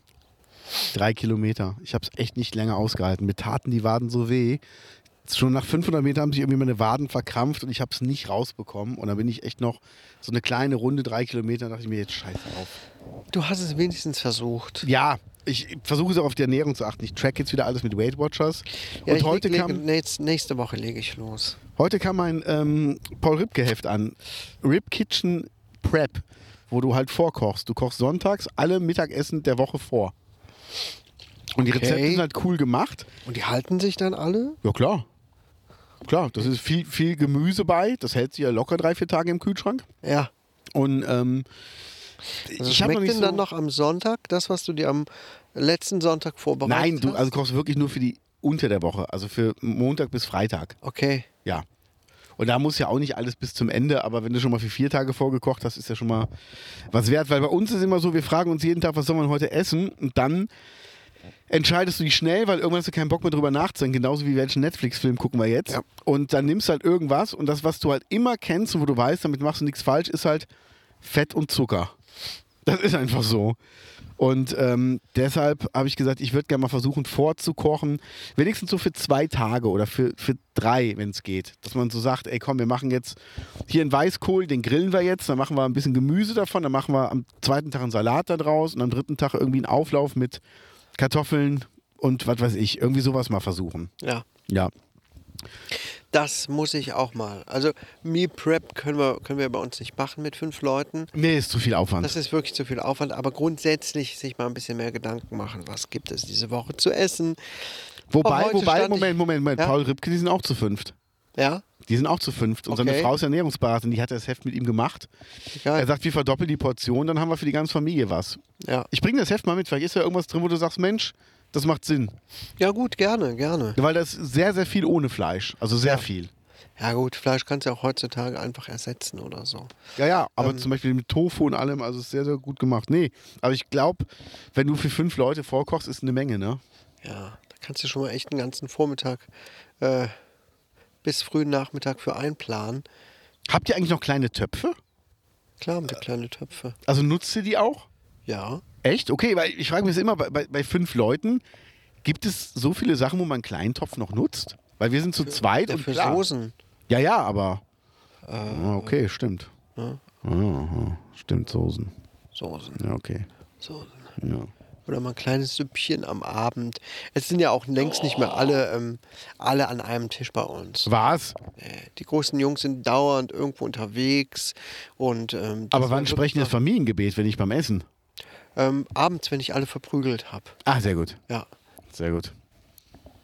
S2: Drei Kilometer. Ich habe es echt nicht länger ausgehalten. Mir taten die Waden so weh. Schon nach 500 Metern haben sich irgendwie meine Waden verkrampft und ich habe es nicht rausbekommen. Und dann bin ich echt noch so eine kleine Runde, drei Kilometer, dachte ich mir, jetzt scheiß auf.
S1: Du hast es wenigstens versucht.
S2: Ja, ich versuche es auch auf die Ernährung zu achten. Ich track jetzt wieder alles mit Weight Watchers.
S1: Ja,
S2: und
S1: ich
S2: heute
S1: leg, leg,
S2: kam,
S1: nächst, nächste Woche lege ich los.
S2: heute kam mein ähm, Paul Ripke-Heft an. Rip Kitchen Prep, wo du halt vorkochst. Du kochst sonntags alle Mittagessen der Woche vor. Und die
S1: Okay.
S2: Rezepte sind halt cool gemacht.
S1: Und die halten sich dann alle?
S2: Ja, klar. Klar, das ist viel, viel Gemüse bei. Das hält sich ja locker drei, vier Tage im Kühlschrank.
S1: Ja.
S2: Und ähm,
S1: Also
S2: ich
S1: schmeckt
S2: habe noch nicht
S1: denn
S2: so
S1: dann noch am Sonntag das, was du dir am letzten Sonntag vorbereitet
S2: Nein, du
S1: hast?
S2: also kochst wirklich nur für die unter der Woche, also für Montag bis Freitag.
S1: Okay.
S2: Ja. Und da muss ja auch nicht alles bis zum Ende, aber wenn du schon mal für vier Tage vorgekocht hast, ist ja schon mal was wert, weil bei uns ist immer so, wir fragen uns jeden Tag, was soll man heute essen und dann entscheidest du dich schnell, weil irgendwann hast du keinen Bock mehr drüber nachzudenken, genauso wie welchen Netflix-Film gucken wir jetzt.
S1: Ja.
S2: Und dann nimmst du halt irgendwas und das, was du halt immer kennst und wo du weißt, damit machst du nichts falsch, ist halt Fett und Zucker. Das ist einfach so. Und ähm, deshalb habe ich gesagt, ich würde gerne mal versuchen, vorzukochen. Wenigstens so für zwei Tage oder für, für drei, wenn es geht. Dass man so sagt, ey komm, wir machen jetzt hier einen Weißkohl, den grillen wir jetzt, dann machen wir ein bisschen Gemüse davon, dann machen wir am zweiten Tag einen Salat da draus und am dritten Tag irgendwie einen Auflauf mit Kartoffeln und was weiß ich. Irgendwie sowas mal versuchen.
S1: Ja.
S2: Ja.
S1: Das muss ich auch mal. Also Meal Prep können wir, können wir bei uns nicht machen mit fünf Leuten.
S2: Nee, ist zu viel Aufwand.
S1: Das ist wirklich zu viel Aufwand, aber grundsätzlich sich mal ein bisschen mehr Gedanken machen, was gibt es diese Woche zu essen.
S2: wobei,
S1: heute
S2: wobei,
S1: stand ich-
S2: Moment, Moment, Moment.
S1: Ja?
S2: Paul Ripke, die sind auch zu fünft.
S1: Ja,
S2: Die sind auch zu fünft. Und seine
S1: Okay.
S2: Frau ist Ernährungsberaterin, die hat das Heft mit ihm gemacht. Er
S1: egal.
S2: sagt, wir verdoppeln die Portion, dann haben wir für die ganze Familie was.
S1: Ja.
S2: Ich bringe das Heft mal mit, vielleicht ist ja irgendwas drin, wo du sagst, Mensch, das macht Sinn.
S1: ja gut, gerne, gerne.
S2: Weil das ist sehr, sehr viel ohne Fleisch. Also sehr
S1: Ja.
S2: viel.
S1: Ja gut, Fleisch kannst du ja auch heutzutage einfach ersetzen oder so.
S2: Ja, ja, aber
S1: Ähm.
S2: zum Beispiel mit Tofu und allem, also ist sehr, sehr gut gemacht. Nee, aber ich glaube, wenn du für fünf Leute vorkochst, ist eine Menge, ne?
S1: Ja, da kannst du schon mal echt einen ganzen Vormittag äh, bis frühen Nachmittag für einplanen.
S2: Habt ihr eigentlich noch kleine Töpfe?
S1: Klar haben wir kleine Töpfe.
S2: Also nutzt ihr die auch?
S1: Ja.
S2: Echt? Okay, weil ich frage mich das immer, bei, bei, bei fünf Leuten gibt es so viele Sachen, wo man einen kleinen Topf noch nutzt? Weil wir sind zu zweit
S1: Ja,
S2: und
S1: für
S2: klar.
S1: Soßen.
S2: Ja, ja, aber.
S1: Äh,
S2: Ah, okay, stimmt. Aha, stimmt, Soßen.
S1: Soßen.
S2: Ja, okay.
S1: Soßen.
S2: Ja.
S1: Oder mal ein kleines Süppchen am Abend. Es sind ja auch längst nicht mehr alle,
S2: Oh.
S1: ähm, alle an einem Tisch bei uns.
S2: War's?
S1: Äh, Die großen Jungs sind dauernd irgendwo unterwegs. Und, ähm, das
S2: Aber wann
S1: war
S2: sprechen das Familiengebet, wenn nicht beim Essen?
S1: wirklich- Ähm, abends, wenn ich alle verprügelt habe.
S2: Ah, sehr gut.
S1: Ja.
S2: Sehr gut.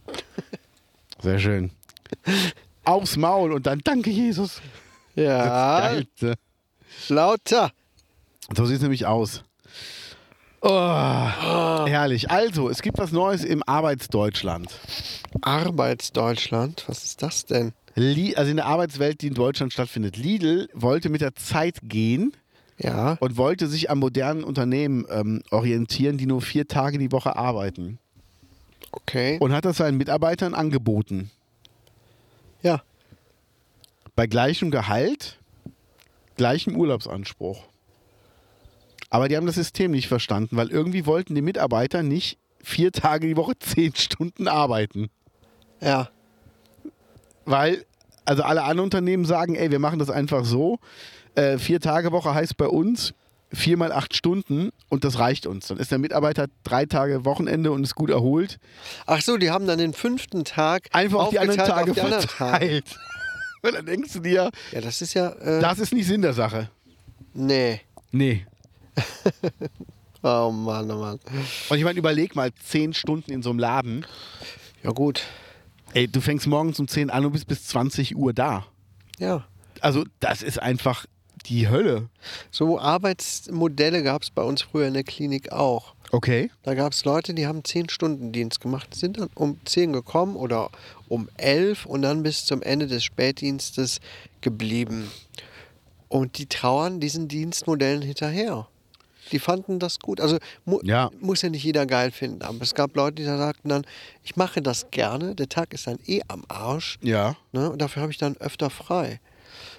S1: [LAUGHS]
S2: Sehr schön. Aufs Maul und dann danke, Jesus.
S1: Ja, Ah.
S2: Geil. ne?
S1: lauter.
S2: So sieht es nämlich aus.
S1: Ah.
S2: Oh, herrlich. Also, es gibt was Neues im Arbeitsdeutschland.
S1: Arbeitsdeutschland, was ist das denn?
S2: Li- Also in der Arbeitswelt, die in Deutschland stattfindet. Lidl wollte mit der Zeit gehen
S1: Ja.
S2: und wollte sich an modernen Unternehmen ähm, orientieren, die nur vier Tage die Woche arbeiten.
S1: Okay.
S2: Und hat das seinen Mitarbeitern angeboten.
S1: ja.
S2: Bei gleichem Gehalt, gleichem Urlaubsanspruch. Aber die haben das System nicht verstanden, weil irgendwie wollten die Mitarbeiter nicht vier Tage die Woche [LAUGHS] zehn Stunden arbeiten.
S1: Ja.
S2: Weil, also alle anderen Unternehmen sagen, ey, wir machen das einfach so. Äh, vier Tage Woche heißt bei uns vier mal acht Stunden und das reicht uns. Dann ist der Mitarbeiter drei Tage Wochenende und ist gut erholt.
S1: Ach so, die haben dann den fünften Tag
S2: Einfach auf die anderen
S1: aufgeteilt
S2: Tage
S1: auf die anderen Tage.
S2: verteilt. [LAUGHS] Und dann denkst du dir,
S1: Ja, das ist ja. Äh,
S2: das ist nicht Sinn der Sache.
S1: nee.
S2: Nee.
S1: Oh Mann, oh Mann.
S2: Und ich meine, überleg mal, zehn Stunden in so einem Laden.
S1: Ja, gut.
S2: Ey, du fängst morgens um 10 an und bist bis 20 Uhr da.
S1: Ja.
S2: Also, das ist einfach die Hölle.
S1: So Arbeitsmodelle gab es bei uns früher in der Klinik auch.
S2: Okay.
S1: Da gab es Leute, die haben 10-Stunden-Dienst gemacht, sind dann um 10 gekommen oder um 11 und dann bis zum Ende des Spätdienstes geblieben. Und die trauern diesen Dienstmodellen hinterher. Die fanden das gut. Also mu
S2: Ja.
S1: muss ja nicht jeder geil finden, aber es gab Leute, die da sagten dann, ich mache das gerne, der Tag ist dann eh am Arsch.
S2: Ja.
S1: Ne? Und dafür habe ich dann öfter frei.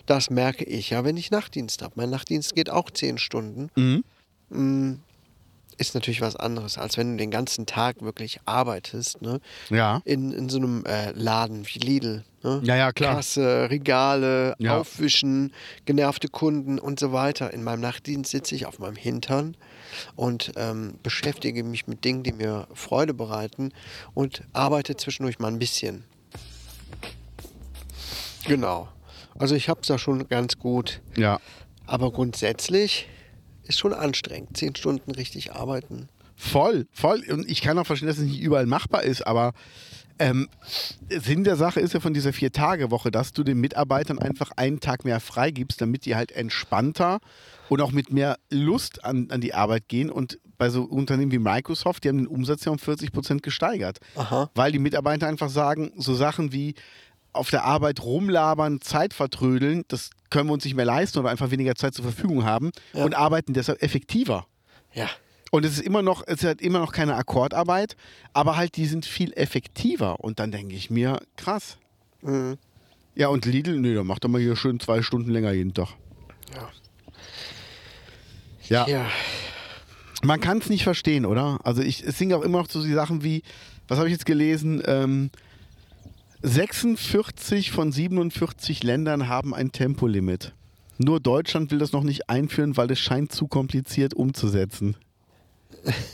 S1: Das merke ich ja, wenn ich Nachtdienst habe. Mein Nachtdienst geht auch zehn Stunden. Mm, Ist natürlich was anderes, als wenn du den ganzen Tag wirklich arbeitest. Ne?
S2: Ja.
S1: In, in so einem äh, Laden wie Lidl. Ne?
S2: Ja, ja, klar.
S1: Kasse, Regale,
S2: Ja.
S1: Aufwischen, genervte Kunden und so weiter. In meinem Nachtdienst sitze ich auf meinem Hintern und ähm, beschäftige mich mit Dingen, die mir Freude bereiten und arbeite zwischendurch mal ein bisschen. Genau. Also ich habe es da schon ganz gut.
S2: Ja.
S1: Aber grundsätzlich ist schon anstrengend. Zehn Stunden richtig arbeiten.
S2: Voll, voll. Und ich kann auch verstehen, dass es nicht überall machbar ist, aber ähm, Sinn der Sache ist ja von dieser Vier-Tage-Woche, dass du den Mitarbeitern einfach einen Tag mehr freigibst, damit die halt entspannter und auch mit mehr Lust an, an die Arbeit gehen. Und bei so Unternehmen wie Microsoft, die haben den Umsatz ja um 40 Prozent gesteigert, weil die Mitarbeiter einfach sagen, so Sachen wie auf der Arbeit rumlabern, Zeit vertrödeln, das können wir uns nicht mehr leisten, weil wir einfach weniger Zeit zur Verfügung haben und arbeiten deshalb effektiver.
S1: Ja.
S2: Und es ist immer noch, es ist halt immer noch keine Akkordarbeit, aber halt die sind viel effektiver. Und dann denke ich mir, krass. Ja, und Lidl, nee, da macht er mal hier schön zwei Stunden länger jeden Tag. Ja.
S1: Ja.
S2: Man kann es nicht verstehen, oder? Also ich, es sind auch immer noch so die Sachen wie, was habe ich jetzt gelesen? Ähm, 46 von 47 Ländern haben ein Tempolimit. Nur Deutschland will das noch nicht einführen, weil es scheint zu
S1: [LAUGHS]
S2: kompliziert umzusetzen.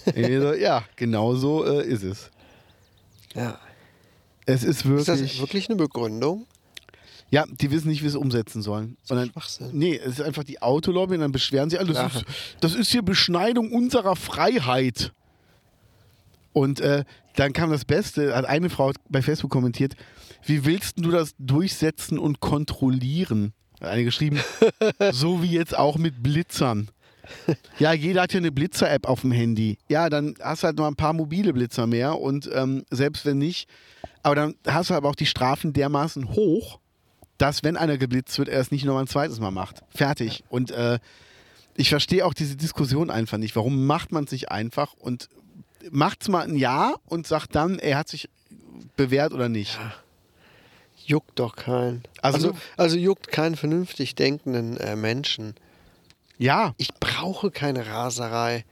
S2: Irgendwie so, ja, genau so äh, ist es.
S1: ja.
S2: Es ist
S1: Ist das
S2: wirklich,
S1: wirklich eine Begründung?
S2: Ja, die wissen nicht, wie sie es umsetzen sollen. Und dann,
S1: Schwachsinn.
S2: nee, es ist einfach die Autolobby und dann beschweren sie alle. Das
S1: Klar.
S2: ist, das ist hier Beschneidung unserer Freiheit. Und äh, dann kam das Beste, hat eine Frau bei Facebook kommentiert, wie willst du das durchsetzen und kontrollieren? Hat eine geschrieben, so wie jetzt auch mit Blitzern. Ja, jeder hat hier eine Blitzer-App auf dem Handy. Ja, dann hast du halt noch ein paar mobile Blitzer mehr und ähm, selbst wenn nicht, aber dann hast du aber auch die Strafen dermaßen hoch, dass, wenn einer geblitzt wird, er es nicht nochmal ein zweites Mal macht. Fertig. Und äh, ich verstehe auch diese Diskussion einfach nicht. Warum macht man es nicht einfach und macht es mal ein Jahr und sagt dann, er hat sich bewährt oder nicht?
S1: Juckt doch keinen.
S2: Also-
S1: Also, also, juckt keinen vernünftig denkenden äh, Menschen.
S2: Ja,
S1: Ich brauche keine Raserei.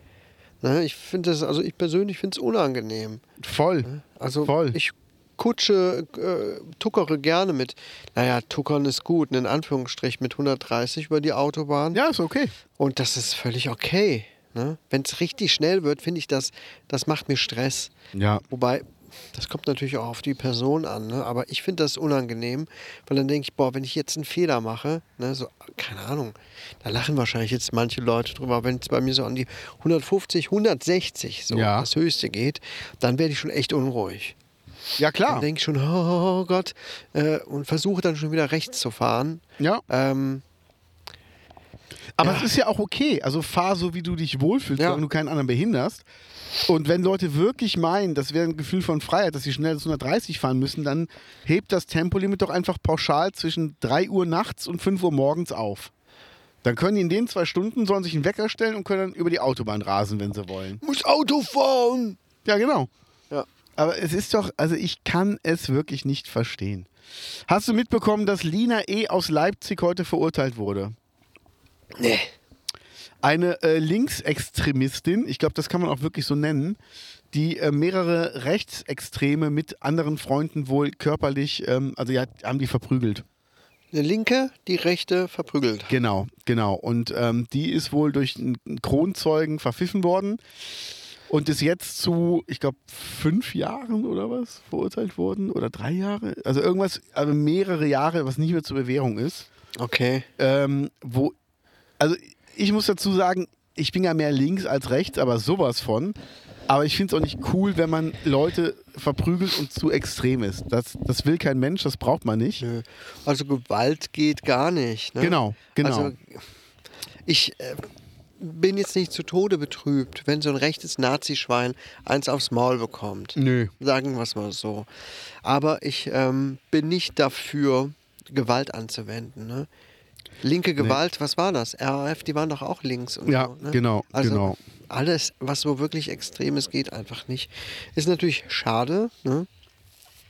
S1: Ne? Ich finde das, also ich persönlich finde es unangenehm.
S2: voll.
S1: Also
S2: voll.
S1: ich kutsche, äh, tuckere gerne mit, naja, tuckern ist gut, in Anführungsstrich mit 130 über die Autobahn.
S2: ja, ist okay.
S1: Und das ist völlig okay. Ne? Wenn es richtig schnell wird, finde ich das, das macht mir Stress.
S2: Ja.
S1: Wobei, das kommt natürlich auch auf die Person an, ne? aber ich finde das unangenehm, weil dann denke ich, boah, wenn ich jetzt einen Fehler mache, ne, so, keine Ahnung, da lachen wahrscheinlich jetzt manche Leute drüber, wenn es bei mir so an die 150, 160 so
S2: Ja.
S1: das Höchste geht, dann werde ich schon echt unruhig.
S2: Ja,
S1: Dann
S2: klar.
S1: denke ich schon, oh, oh Gott, äh, und versuche dann schon wieder rechts zu fahren.
S2: Ja.
S1: Ähm,
S2: Aber es ist ja auch okay. Also fahr so, wie du dich wohlfühlst,
S1: Ja.
S2: solange du keinen anderen behinderst. Und wenn Leute wirklich meinen, das wäre ein Gefühl von Freiheit, dass sie schnell als 130 fahren müssen, dann hebt das Tempolimit doch einfach pauschal zwischen 3 Uhr nachts und 5 Uhr morgens auf. Dann können die in den zwei Stunden, sollen sich einen Wecker stellen und können dann über die Autobahn rasen, wenn sie wollen.
S1: muss Auto fahren!
S2: Ja, genau.
S1: Ja.
S2: Aber es ist doch, also ich kann es wirklich nicht verstehen. Hast du mitbekommen, dass Lina E. aus Leipzig heute verurteilt wurde?
S1: Nee.
S2: eine äh, Linksextremistin, ich glaube, das kann man auch wirklich so nennen, die äh, mehrere Rechtsextreme mit anderen Freunden wohl körperlich, ähm, also ja, haben die verprügelt.
S1: Eine linke, die rechte verprügelt.
S2: Genau, genau. Und ähm, die ist wohl durch einen Kronzeugen verpfiffen worden und ist jetzt zu, ich glaube, fünf Jahren oder was verurteilt worden oder drei Jahre. Also irgendwas, also mehrere Jahre, was nicht mehr zur Bewährung ist.
S1: Okay.
S2: ähm, wo, also ich muss dazu sagen, ich bin ja mehr links als rechts, aber sowas von. Aber ich finde es auch nicht cool, wenn man Leute verprügelt und zu extrem ist. Das, das will kein Mensch, das braucht man nicht.
S1: Nö. Also Gewalt geht gar nicht. Ne?
S2: Genau, genau.
S1: Also ich äh, bin jetzt nicht zu Tode betrübt, wenn so ein rechtes Nazischwein eins aufs Maul bekommt.
S2: Nö.
S1: Sagen wir es mal so. Aber ich ähm, bin nicht dafür, Gewalt anzuwenden. Ne? Linke Gewalt, was war das? RAF, die waren doch auch links. Und
S2: Ja,
S1: so, ne?
S2: genau,
S1: also
S2: genau.
S1: Alles, was so wirklich Extremes geht, einfach nicht. Ist natürlich schade, ne?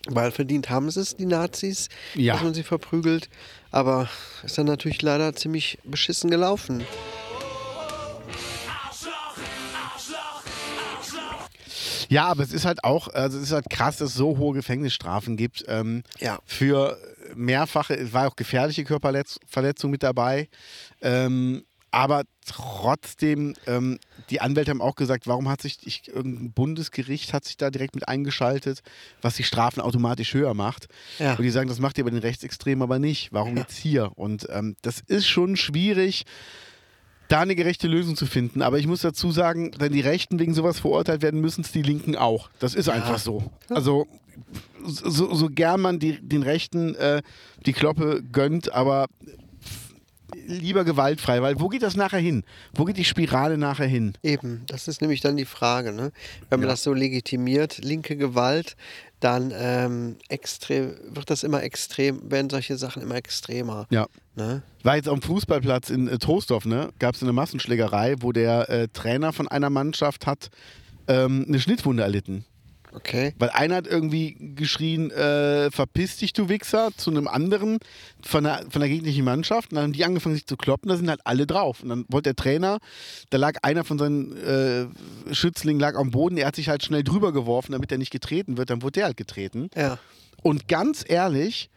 S1: weil verdient haben sie es, die Nazis,
S2: Ja.
S1: dass man sie verprügelt. Aber ist dann natürlich leider ziemlich beschissen gelaufen.
S2: Ja, aber es ist halt auch, also es ist halt krass, dass es so hohe Gefängnisstrafen gibt. Ähm,
S1: Ja.
S2: Für mehrfache, es war auch gefährliche Körperverletzung mit dabei. Ähm, aber trotzdem, ähm, die Anwälte haben auch gesagt, warum hat sich ich, irgendein Bundesgericht hat sich da direkt mit eingeschaltet, was die Strafen automatisch höher macht.
S1: Ja.
S2: Und die sagen, das macht ihr bei den Rechtsextremen aber nicht. Warum jetzt hier? Und ähm, das ist schon schwierig da eine gerechte Lösung zu finden. Aber ich muss dazu sagen, wenn die Rechten wegen sowas verurteilt werden, müssen es die Linken auch. Das ist einfach so. Also so, so gern man die, den Rechten äh, die Kloppe gönnt, aber lieber gewaltfrei, weil wo geht das nachher hin? Wo geht die Spirale nachher hin?
S1: Eben, das ist nämlich dann die Frage, ne? Wenn man das so legitimiert, linke Gewalt, dann ähm, extrem, wird das immer extrem, werden solche Sachen immer extremer.
S2: Ja.
S1: Ne?
S2: War jetzt am Fußballplatz in äh, Trostorf, ne? Gab es eine Massenschlägerei, wo der äh, Trainer von einer Mannschaft hat ähm, eine Schnittwunde erlitten.
S1: Okay.
S2: Weil einer hat irgendwie geschrien, äh, verpiss dich, du Wichser, zu einem anderen von der, von der gegnerischen Mannschaft. Und dann haben die angefangen, sich zu kloppen, da sind halt alle drauf. Und dann wollte der Trainer, da lag einer von seinen äh, Schützlingen lag am Boden, er hat sich halt schnell drüber geworfen, damit er nicht getreten wird, dann wurde der halt getreten.
S1: Ja.
S2: Und ganz ehrlich,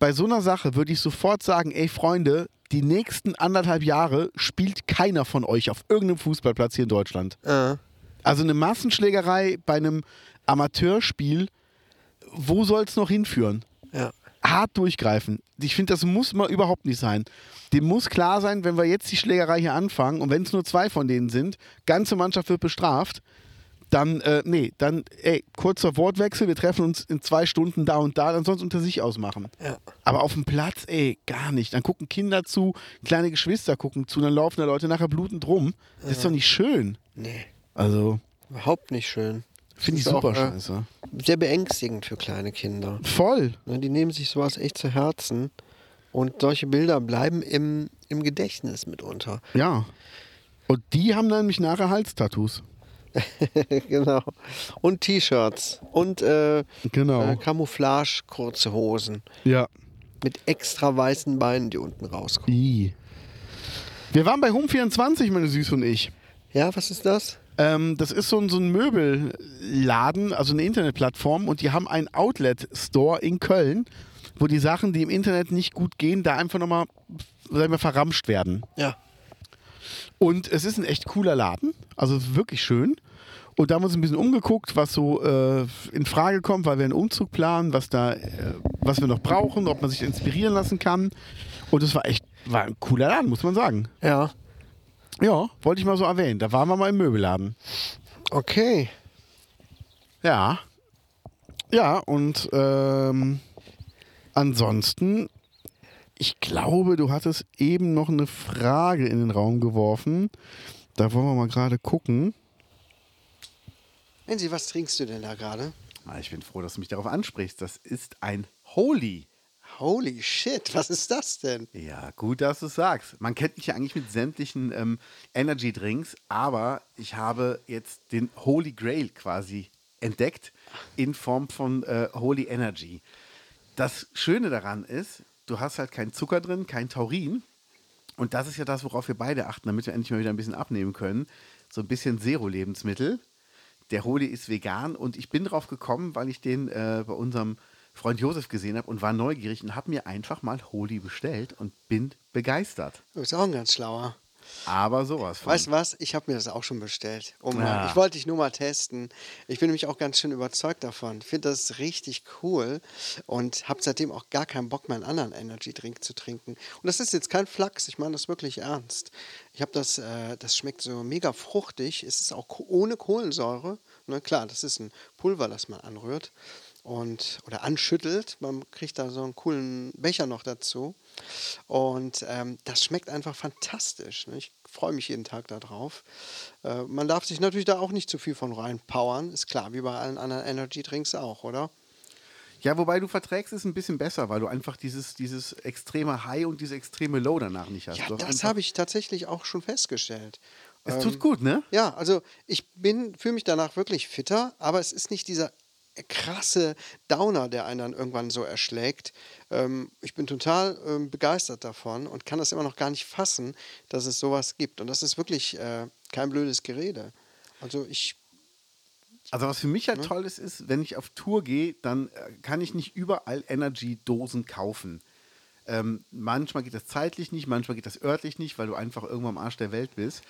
S2: bei so einer Sache würde ich sofort sagen, ey Freunde, die nächsten anderthalb Jahre spielt keiner von euch auf irgendeinem Fußballplatz hier in Deutschland.
S1: Äh,
S2: Also eine Massenschlägerei bei einem Amateurspiel, wo soll es noch hinführen?
S1: ja.
S2: Hart durchgreifen. Ich finde, das muss mal überhaupt nicht sein. Dem muss klar sein, wenn wir jetzt die Schlägerei hier anfangen und wenn es nur zwei von denen sind, ganze Mannschaft wird bestraft, dann, äh, nee, dann, ey, kurzer Wortwechsel, wir treffen uns in zwei Stunden da und da, dann sonst unter sich ausmachen.
S1: Ja.
S2: Aber auf dem Platz, ey, gar nicht. Dann gucken Kinder zu, kleine Geschwister gucken zu, dann laufen da Leute nachher blutend rum. Das ist doch nicht schön.
S1: Nee.
S2: Also,
S1: Überhaupt nicht schön.
S2: finde ich
S1: Das ist
S2: super
S1: auch, äh,
S2: scheiße.
S1: Sehr beängstigend für kleine Kinder.
S2: Voll.
S1: Ne? Die nehmen sich sowas echt zu Herzen.
S4: Und solche Bilder bleiben im, im
S1: [LAUGHS]
S4: Gedächtnis mitunter.
S2: Ja. Und die haben dann nämlich nachher Halstattoos.
S4: genau. Und T-Shirts und äh,
S2: Genau.
S4: äh, Camouflage, kurze Hosen
S2: Ja.
S4: mit extra weißen Beinen, die unten rauskommen.
S2: I. Wir waren bei Home 24, meine Süß und ich.
S4: Ja, was ist das?
S2: Ähm, das ist so ein, so ein Möbelladen, also eine Internetplattform und die haben einen Outlet-Store in Köln, wo die Sachen, die im Internet nicht gut gehen, da einfach nochmal, sagen wir, verramscht werden.
S4: Ja.
S2: Und es ist ein echt cooler Laden, also es ist wirklich schön. Und da haben wir uns ein bisschen umgeguckt, was so äh, in Frage kommt, weil wir einen Umzug planen, was da, äh, was wir noch brauchen, ob man sich inspirieren lassen kann. Und es war echt, war ein cooler Laden, muss man sagen.
S4: Ja.
S2: Ja, wollte ich mal so erwähnen. Da waren wir mal im Möbelladen.
S4: Okay.
S2: Ja. Ja, und ähm, ansonsten, ich glaube, du hattest eben noch eine Frage in den Raum geworfen. Da wollen wir mal gerade gucken.
S4: Nancy, was trinkst du denn da gerade?
S2: Ah, Ich bin froh, dass du mich darauf ansprichst. Das ist ein Holy.
S4: Holy shit, was ist das denn?
S2: Ja, gut, dass du es sagst. Man kennt mich ja eigentlich mit sämtlichen ähm, Energy Drinks, aber ich habe jetzt den Holy Grail quasi entdeckt in Form von äh, Holy Energy. Das Schöne daran ist, du hast halt keinen Zucker drin, kein Taurin. Und das ist ja das, worauf wir beide achten, damit wir endlich mal wieder ein bisschen abnehmen können. So ein bisschen Zero-Lebensmittel. Der Holy ist vegan und ich bin drauf gekommen, weil ich den äh, bei unserem Freund Josef gesehen habe und war neugierig und habe mir einfach mal Holy bestellt und bin begeistert.
S4: Du bist auch ein ganz schlauer.
S2: Aber sowas von.
S4: Weißt du was? Ich habe mir das auch schon bestellt. Oh Mann,
S2: Ah.
S4: ich wollte dich nur mal testen. Ich bin nämlich auch ganz schön überzeugt davon. Ich finde das richtig cool und habe seitdem auch gar keinen Bock, meinen anderen Energy Drink zu trinken. Und das ist jetzt kein Flachs, ich meine das wirklich ernst. Ich habe das, äh, das schmeckt so mega fruchtig. Es ist auch ko- ohne Kohlensäure. Ne, klar, das ist ein Pulver, das man anrührt und oder anschüttelt. Man kriegt da so einen coolen Becher noch dazu. Und ähm, das schmeckt einfach fantastisch. Ne? Ich freue mich jeden Tag darauf. Äh, man darf sich natürlich da auch nicht zu viel von reinpowern. Ist klar, wie bei allen anderen Energy Drinks auch, oder?
S2: Ja, wobei du verträgst es ein bisschen besser, weil du einfach dieses, dieses extreme High und diese extreme Low danach nicht hast.
S4: Ja,
S2: Du hast
S4: das ähm,
S2: einfach-
S4: habe ich tatsächlich auch schon festgestellt.
S2: Es tut gut, ne?
S4: Ja, also ich bin, fühle mich danach wirklich fitter, aber es ist nicht dieser krasse Downer, der einen dann irgendwann so erschlägt. Ähm, ich bin total ähm, begeistert davon und kann das immer noch gar nicht fassen, dass es sowas gibt. Und das ist wirklich äh, kein blödes Gerede. Also ich,
S2: Also was für mich halt toll ist, ist, wenn ich auf Tour gehe, dann äh, kann ich nicht überall Energy-Dosen kaufen. Ähm, manchmal geht das zeitlich nicht, manchmal geht das örtlich nicht, weil du einfach irgendwo am Arsch der Welt bist.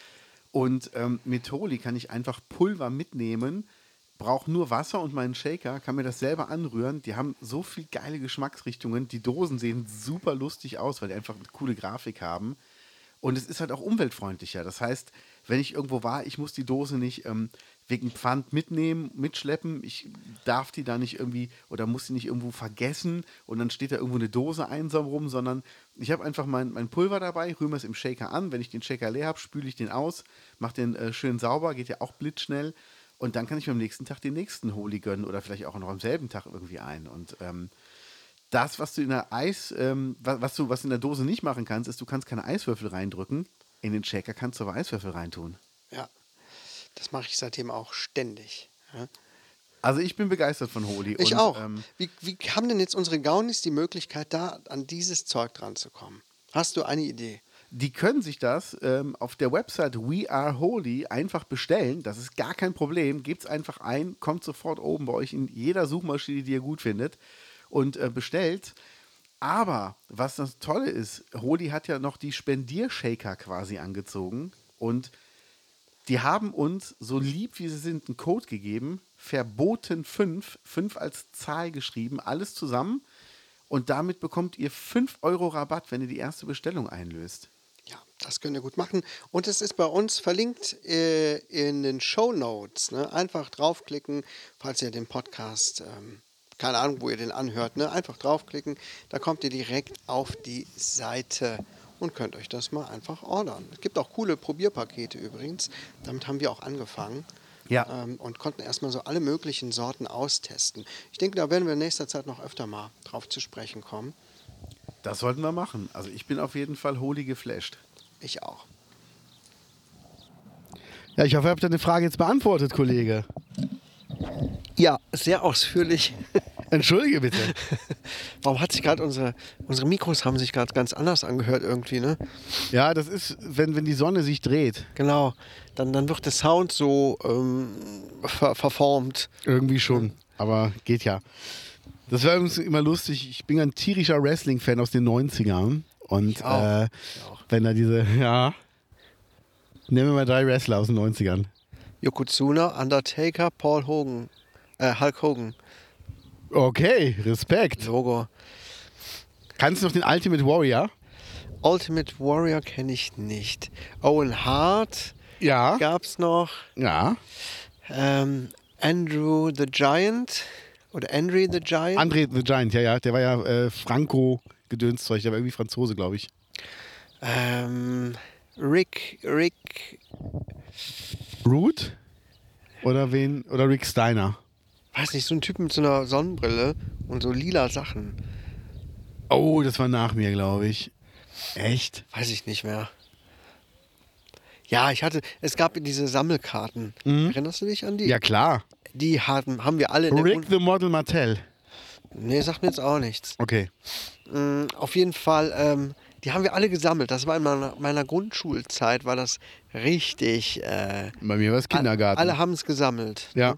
S2: Und ähm, mit Holy kann ich einfach Pulver mitnehmen, brauche nur Wasser und meinen Shaker, kann mir das selber anrühren. Die haben so viel geile Geschmacksrichtungen. Die Dosen sehen super lustig aus, weil die einfach eine coole Grafik haben. Und es ist halt auch umweltfreundlicher. Das heißt, wenn ich irgendwo war, ich muss die Dose nicht ähm, wegen Pfand mitnehmen, mitschleppen. Ich darf die da nicht irgendwie oder muss die nicht irgendwo vergessen und dann steht da irgendwo eine Dose einsam rum, sondern ich habe einfach mein, mein Pulver dabei, rühre es im Shaker an. Wenn ich den Shaker leer habe, spüle ich den aus, mache den äh, schön sauber, geht ja auch blitzschnell. Und dann kann ich mir am nächsten Tag den nächsten Holy gönnen oder vielleicht auch noch am selben Tag irgendwie ein. Und ähm, das, was du in der Eis, ähm, was, was du was du in der Dose nicht machen kannst, ist, du kannst keine Eiswürfel reindrücken. In den Shaker kannst du aber Eiswürfel reintun.
S4: ja, das mache ich seitdem auch ständig. Ja.
S2: Also ich bin begeistert von Holi.
S4: Ich
S2: und,
S4: auch.
S2: Ähm,
S4: wie, wie haben denn jetzt unsere Gaunis die Möglichkeit, da an dieses Zeug dran zu kommen? Hast du eine Idee?
S2: die können sich das ähm, auf der Website We Are Holy einfach bestellen. Das ist gar kein Problem. Gebt es einfach ein, kommt sofort oben bei euch in jeder Suchmaschine, die ihr gut findet und äh, bestellt. Aber was das Tolle ist, Holy hat ja noch die Spendiershaker quasi angezogen und Die haben uns, so lieb wie sie sind, einen Code gegeben, verboten 5, 5 als Zahl geschrieben, alles zusammen. Und damit bekommt ihr 5 Euro Rabatt, wenn ihr die erste Bestellung einlöst.
S4: Ja, das könnt ihr gut machen. Und es ist bei uns verlinkt äh, in den Show Notes. Ne? Einfach draufklicken, falls ihr den Podcast, ähm, keine Ahnung, wo ihr den anhört, ne? einfach draufklicken. Da kommt ihr direkt auf die Seite und könnt euch das mal einfach ordern. Es gibt auch coole Probierpakete übrigens. Damit haben wir auch angefangen.
S2: Ja.
S4: Ähm, und konnten erstmal so alle möglichen Sorten austesten. Ich denke, da werden wir in nächster Zeit noch öfter mal drauf zu sprechen kommen.
S2: Das sollten wir machen. Also ich bin auf jeden Fall holy geflasht.
S1: Ich auch.
S2: Ja, ich hoffe, ihr habt deine Frage jetzt beantwortet, Kollege.
S1: Ja, sehr ausführlich.
S2: Entschuldige bitte.
S1: Warum hat sich gerade unsere, unsere Mikros haben sich gerade ganz anders angehört irgendwie, ne?
S2: Ja, das ist, wenn, wenn die Sonne sich dreht.
S1: Genau. Dann, dann wird der Sound so ähm, ver verformt.
S2: Irgendwie schon. Aber geht ja. Das war übrigens immer lustig. Ich bin ein tierischer Wrestling-Fan aus den 90ern. Und
S1: auch.
S2: äh, wenn da diese, [LAUGHS] ja. Nehmen wir mal drei Wrestler aus den 90ern.
S1: Yokozuna, Undertaker, Paul Hogan. Äh, Hulk Hogan.
S2: Okay, Respekt.
S1: Logo.
S2: Kannst du noch den Ultimate Warrior?
S1: Ultimate Warrior kenne ich nicht. Owen Hart
S2: Ja.
S1: gab's noch.
S2: Ja.
S1: Ähm, Andrew the Giant. Oder Andre the Giant.
S2: Äh, André the Giant, ja, ja. Der war ja äh, Franco-Gedönszeug. Der war irgendwie Franzose, glaube ich.
S1: ähm, Rick, Rick,
S2: Root? Oder wen? Oder Rick Steiner?
S1: weiß nicht, so ein Typ mit so einer Sonnenbrille und so lila Sachen.
S2: Oh, das war nach mir, glaube ich. Echt?
S1: Weiß ich nicht mehr. Ja, ich hatte, es gab diese Sammelkarten. Erinnerst du dich an die?
S2: Mhm. Ja, klar.
S1: Die hatten, haben wir alle in der
S2: Rick
S1: Grund-
S2: the Model Martell.
S1: Nee, sagt mir jetzt auch nichts.
S2: Okay.
S1: Mm, Auf jeden Fall, ähm, die haben wir alle gesammelt. Das war in meiner, meiner Grundschulzeit, war das richtig. Äh,
S2: Bei mir war es Kindergarten.
S1: Alle haben es gesammelt.
S2: ja.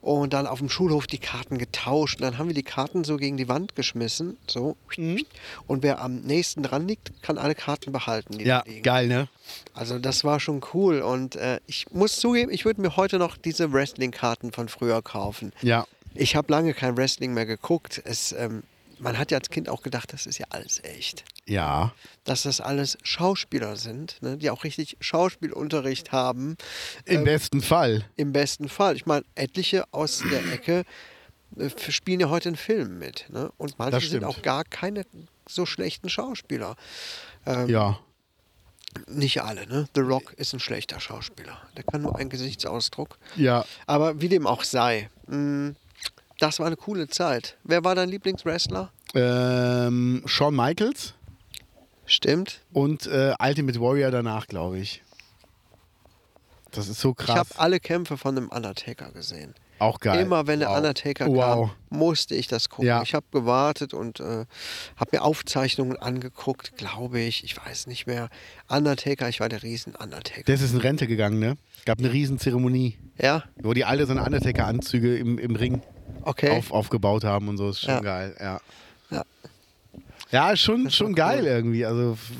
S1: Und dann auf dem Schulhof die Karten getauscht. Und dann haben wir die Karten so gegen die Wand geschmissen. So.
S2: Mhm.
S1: Und wer am nächsten dran liegt, kann alle Karten behalten. Die
S2: ja,
S1: da liegen.
S2: geil, ne?
S1: Also das war schon cool. Und äh, ich muss zugeben, ich würde mir heute noch diese Wrestling-Karten von früher kaufen.
S2: Ja.
S1: Ich habe lange kein Wrestling mehr geguckt. Es, ähm, man hat ja als Kind auch gedacht, das ist ja alles echt.
S2: Ja.
S1: Dass das alles Schauspieler sind, ne, die auch richtig Schauspielunterricht haben.
S2: Im
S1: Ähm,
S2: besten Fall.
S1: Im besten Fall. Ich meine, etliche aus der Ecke äh, f- spielen ja heute einen Film mit. Ne? Und manche
S2: Das
S1: sind
S2: stimmt.
S1: auch gar keine so schlechten Schauspieler. ähm.
S2: Ja.
S1: Nicht alle. Ne? The Rock ist ein schlechter Schauspieler. Der kann nur einen Gesichtsausdruck.
S2: Ja.
S1: Aber wie dem auch sei, mh, das war eine coole Zeit. Wer war dein Lieblingswrestler?
S2: Ähm, Shawn Michaels
S1: Stimmt.
S2: und äh, Ultimate Warrior danach, glaube ich. Das ist so
S1: Ich
S2: krass.
S1: habe alle Kämpfe von dem Undertaker gesehen.
S2: Auch geil.
S1: Immer wenn der
S2: Wow.
S1: Undertaker kam,
S2: Wow.
S1: musste ich das gucken.
S2: Ja.
S1: Ich habe gewartet und äh, habe mir Aufzeichnungen angeguckt, glaube ich. Ich weiß nicht mehr. Undertaker, ich war der Riesen-Undertaker.
S2: Der ist jetzt in Rente gegangen, ne? Gab eine Riesenzeremonie,
S1: Ja,
S2: wo die alle seine Undertaker-Anzüge im, im Ring
S1: okay.
S2: auf, aufgebaut haben und so. Ist schon
S1: Ja.
S2: geil, ja.
S1: Ja.
S2: Ja, ist schon, schon
S1: war
S2: geil
S1: cool.
S2: irgendwie. Also f-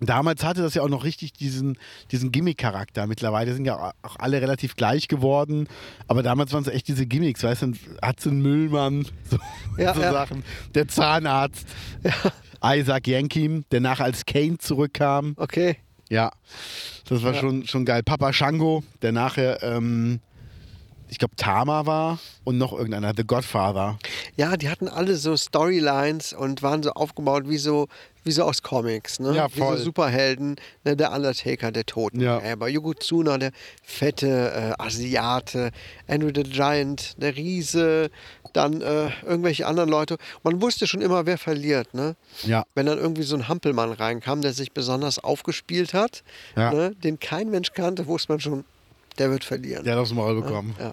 S2: damals hatte das ja auch noch richtig diesen, diesen Gimmick-Charakter. Mittlerweile sind ja auch alle relativ gleich geworden. Aber damals waren es echt diese Gimmicks, weißt du, Atze Müllmann, [LAUGHS] so,
S1: Ja,
S2: so
S1: ja.
S2: Sachen. Der Zahnarzt, Isaac Yankim, der nachher als Kane zurückkam.
S1: Okay.
S2: Ja, das war Schon, schon geil. Papa Shango, der nachher, ähm, ich glaube, Tama war und noch irgendeiner, The Godfather.
S1: Ja, die hatten alle so Storylines und waren so aufgebaut wie so, wie so aus Comics, ne?
S2: Ja,
S1: Wie
S2: voll.
S1: so Superhelden, ne? der Undertaker, der Totengräber, Yokozuna, der fette äh, Asiate, Andrew the Giant, der Riese, dann äh, irgendwelche anderen Leute. Man wusste schon immer, wer verliert, ne?
S2: Ja.
S1: Wenn dann irgendwie so ein Hampelmann reinkam, der sich besonders aufgespielt hat,
S2: Ja.
S1: ne? den kein Mensch kannte, wusste man schon, der wird verlieren.
S2: Der hat aufs Maul bekommen.
S1: Ja.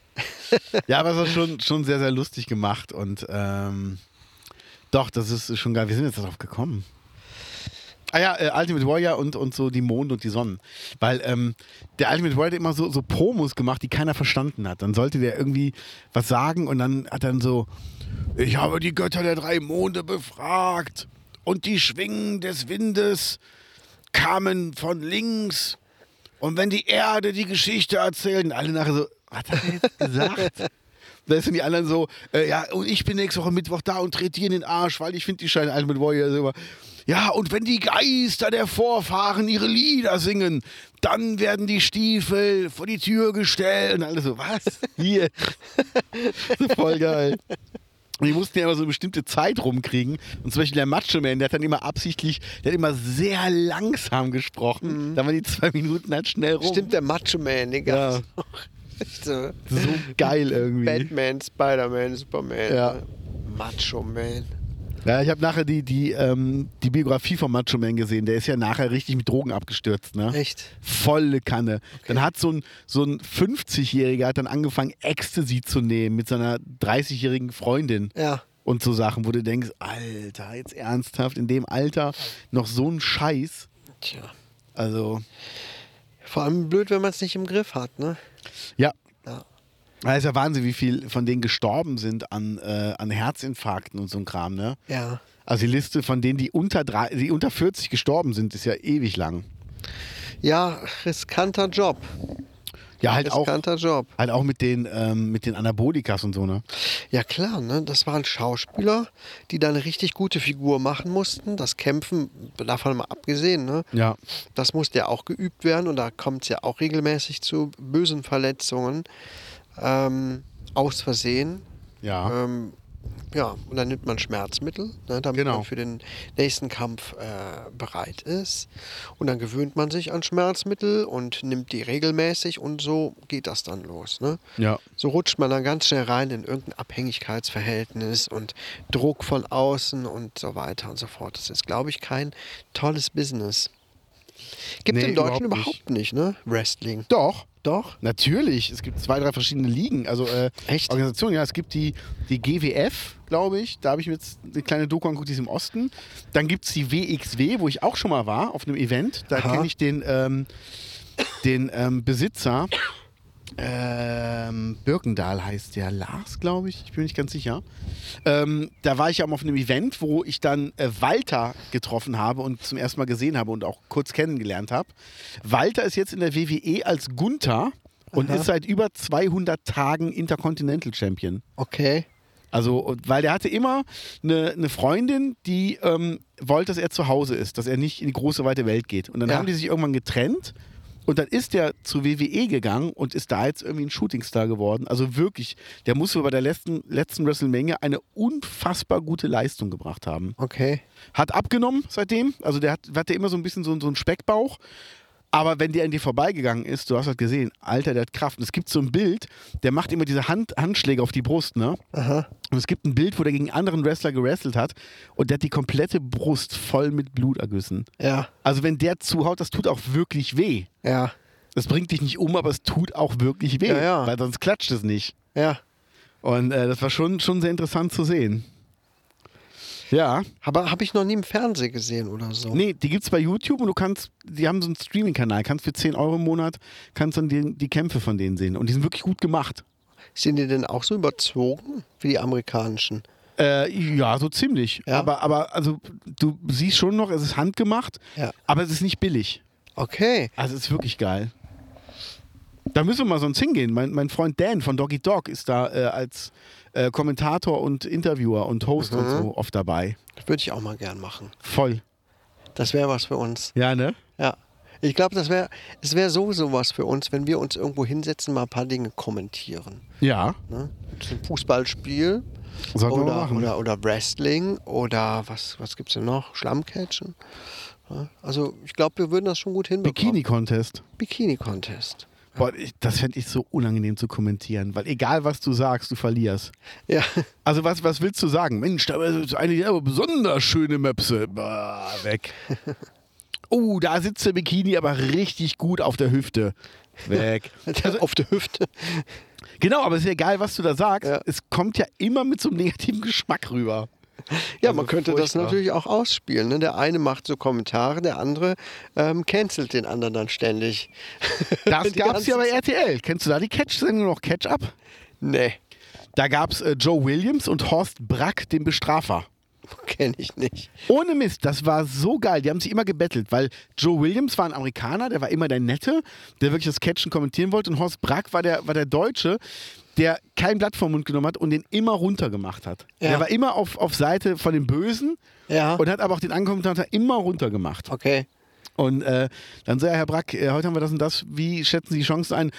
S2: Ja, aber es war schon, schon sehr, sehr lustig gemacht und ähm, doch, das ist schon geil. Wir sind jetzt darauf gekommen. Ah ja, äh, Ultimate Warrior und, und so die Monde und die Sonnen. Weil ähm, der Ultimate Warrior hat immer so, so Promos gemacht, die keiner verstanden hat. Dann sollte der irgendwie was sagen und dann hat dann so, ich habe die Götter der drei Monde befragt und die Schwingen des Windes kamen von links und wenn die Erde die Geschichte erzählt, und alle nachher so, was hat er jetzt gesagt? Da sind die anderen so, äh, ja, und ich bin nächste Woche Mittwoch da und trete dir in den Arsch, weil ich finde die Scheine Ultimate Warrior so immer. Ja, und wenn die Geister der Vorfahren ihre Lieder singen, dann werden die Stiefel vor die Tür gestellt. Und alle so, was? Hier. So [LAUGHS] Voll geil. Und die mussten ja immer so eine bestimmte Zeit rumkriegen. Und zum Beispiel der Macho Man, der hat dann immer absichtlich, der hat immer sehr langsam gesprochen. Da waren die zwei Minuten halt schnell rum.
S1: Stimmt, der Macho Man, den gab's
S2: Ja, Mhm.
S1: noch. So.
S2: so geil irgendwie.
S1: Batman, Spider-Man, Superman.
S2: Ja.
S1: ne? Macho Man.
S2: Ja, ich habe nachher die, die, ähm, die Biografie von Macho Man gesehen. Der ist ja nachher richtig mit Drogen abgestürzt. Ne?
S1: Echt?
S2: Volle Kanne. Dann hat so ein, so ein 50-Jähriger hat dann angefangen, Ecstasy zu nehmen mit seiner 30-jährigen Freundin.
S1: Ja.
S2: Und so Sachen, wo du denkst, Alter, jetzt ernsthaft, in dem Alter noch so ein Scheiß.
S1: Tja.
S2: Also,
S1: Vor allem blöd, wenn man es nicht im Griff hat, ne?
S2: ja.
S1: Ja.
S2: Da ist ja Wahnsinn, wie viel von denen gestorben sind an, äh, an Herzinfarkten und so ein Kram, ne?
S1: Ja.
S2: Also die Liste von denen, die unter, drei, die unter 40 gestorben sind, ist ja ewig lang.
S1: Ja, Ah, riskanter Job.
S2: Ja, halt auch,
S1: riskanter Job.
S2: halt auch mit den, ähm, mit den Anabolikas und so, ne?
S1: Ja klar, ne? das waren Schauspieler, die dann eine richtig gute Figur machen mussten. Das Kämpfen, davon mal abgesehen, ne?
S2: Ja.
S1: das musste ja auch geübt werden und da kommt es ja auch regelmäßig zu bösen Verletzungen. Ähm, aus Versehen.
S2: Ja.
S1: Ähm, ja, und dann nimmt man Schmerzmittel, ne, damit
S2: Genau.
S1: man für den nächsten Kampf äh, bereit ist. Und dann gewöhnt man sich an Schmerzmittel und nimmt die regelmäßig und so geht das dann los. Ne?
S2: Ja.
S1: So rutscht man dann ganz schnell rein in irgendein Abhängigkeitsverhältnis und Druck von außen und so weiter und so fort. Das ist, glaube ich, kein tolles Business. Gibt
S2: Nee,
S1: im Deutschen
S2: überhaupt
S1: überhaupt nicht, ne? Wrestling.
S2: Doch.
S1: Doch.
S2: Natürlich, es gibt zwei, drei verschiedene Ligen, also äh,
S1: Echt?
S2: Organisationen. Ja, es gibt die, die GWF, glaube ich. Da habe ich mir jetzt eine kleine Doku angeguckt, die ist im Osten. Dann gibt es die WXW, wo ich auch schon mal war, auf einem Event. Da
S1: Aha.
S2: kenne ich den, ähm, den ähm, Besitzer. Ähm, Birkendahl heißt der Lars, glaube ich. Ich bin mir nicht ganz sicher. Ähm, da war ich ja mal auf einem Event, wo ich dann äh, Walter getroffen habe und zum ersten Mal gesehen habe und auch kurz kennengelernt habe. Walter ist jetzt in der WWE als Gunther und ist seit über 200 Tagen Intercontinental Champion.
S1: Okay.
S2: Also, und- weil der hatte immer eine, eine Freundin, die ähm, wollte, dass er zu Hause ist, dass er nicht in die große weite Welt geht. Und dann
S1: Ja.
S2: haben die sich irgendwann getrennt und dann ist der zu WWE gegangen und ist da jetzt irgendwie ein Shootingstar geworden. Also wirklich, der muss wohl bei der letzten, letzten WrestleMania eine unfassbar gute Leistung gebracht haben.
S1: Okay.
S2: Hat abgenommen seitdem. Also der hat, hatte immer so ein bisschen so, so einen Speckbauch. Aber wenn der an dir vorbeigegangen ist, du hast halt gesehen, Alter, der hat Kraft. Und es gibt so ein Bild, der macht immer diese Hand, Handschläge auf die Brust, ne? Und es gibt ein Bild, wo der gegen anderen Wrestler gewrestelt hat und der hat die komplette Brust voll mit Blutergüssen.
S1: Ja.
S2: Also wenn der zuhaut, das tut auch wirklich weh.
S1: Ja.
S2: Das bringt dich nicht um, aber es tut auch wirklich weh,
S1: Ja, ja.
S2: weil sonst klatscht es nicht.
S1: Ja.
S2: Und äh, das war schon, schon sehr interessant zu sehen. Ja.
S1: Aber habe ich noch nie im Fernsehen gesehen oder so.
S2: Nee, die gibt's bei YouTube und du kannst, die haben so einen Streaming-Kanal, kannst für 10 Euro im Monat, kannst dann die, die Kämpfe von denen sehen. Und die sind wirklich gut gemacht.
S1: Sind die denn auch so überzogen wie die amerikanischen?
S2: Äh, ja, so ziemlich.
S1: Ja.
S2: Aber, aber also du siehst schon noch, es ist handgemacht,
S1: Ja.
S2: aber es ist nicht billig.
S1: Okay.
S2: Also es ist wirklich geil. Da müssen wir mal sonst hingehen. Mein, mein Freund Dan von Doggy Dog ist da äh, als äh, Kommentator und Interviewer und Host und so oft dabei.
S1: Das würde ich auch mal gern machen.
S2: Voll.
S1: Das wäre was für uns.
S2: Ja, ne?
S1: Ja. Ich glaube, das wäre es wäre sowieso was für uns, wenn wir uns irgendwo hinsetzen, mal ein paar Dinge kommentieren.
S2: Ja.
S1: Ne? Zum Fußballspiel
S2: Sollten wir
S1: oder,
S2: mal machen.
S1: oder, oder Wrestling oder was, was gibt es denn noch? Schlammcatchen. Ja? Also ich glaube, wir würden das schon gut hinbekommen.
S2: Bikini-Contest.
S1: Bikini-Contest.
S2: Boah, ich, das fände ich so unangenehm zu kommentieren, weil egal was du sagst, du verlierst.
S1: ja, [LAUGHS]
S2: Also was, was willst du sagen? Mensch, da ist eine aber besonders schöne Möpse. Bah, [LAUGHS] weg. Oh, da sitzt der Bikini aber richtig gut auf der Hüfte. [LAUGHS] Weg.
S1: auf der Hüfte.
S2: Genau, aber es ist ja egal, was du da sagst.
S1: Ja.
S2: Es kommt ja immer mit so einem negativen Geschmack rüber.
S1: Ja,
S2: Also
S1: man könnte das
S2: furchtbar.
S1: natürlich auch ausspielen. Ne? Der eine macht so Kommentare, der andere ähm, cancelt den anderen dann ständig. [LAUGHS]
S2: Das
S1: Die
S2: gab es [LAUGHS] ja bei
S1: ganze
S2: RTL. Kennst du da die Catch-Sendung noch? Catch-Up?
S1: Nee, [LAUGHS]
S2: Da gab es äh, Joe Williams und Horst Brack, den Bestrafer.
S1: kenne ich nicht.
S2: Ohne Mist, das war so geil. Die haben sich immer gebettelt, weil Joe Williams war ein Amerikaner, der war immer der Nette, der wirklich das Catchen kommentieren wollte. Und Horst Brack war der, war der Deutsche, der kein Blatt vom Mund genommen hat und den immer runtergemacht hat.
S1: Ja.
S2: Der war immer auf, auf Seite von den Bösen
S1: Ja.
S2: und hat aber auch den Ankommentator immer runtergemacht.
S1: Okay.
S2: Und äh, dann so, ja, Herr Brack, äh, heute haben wir das und das. Wie schätzen Sie die Chancen ein?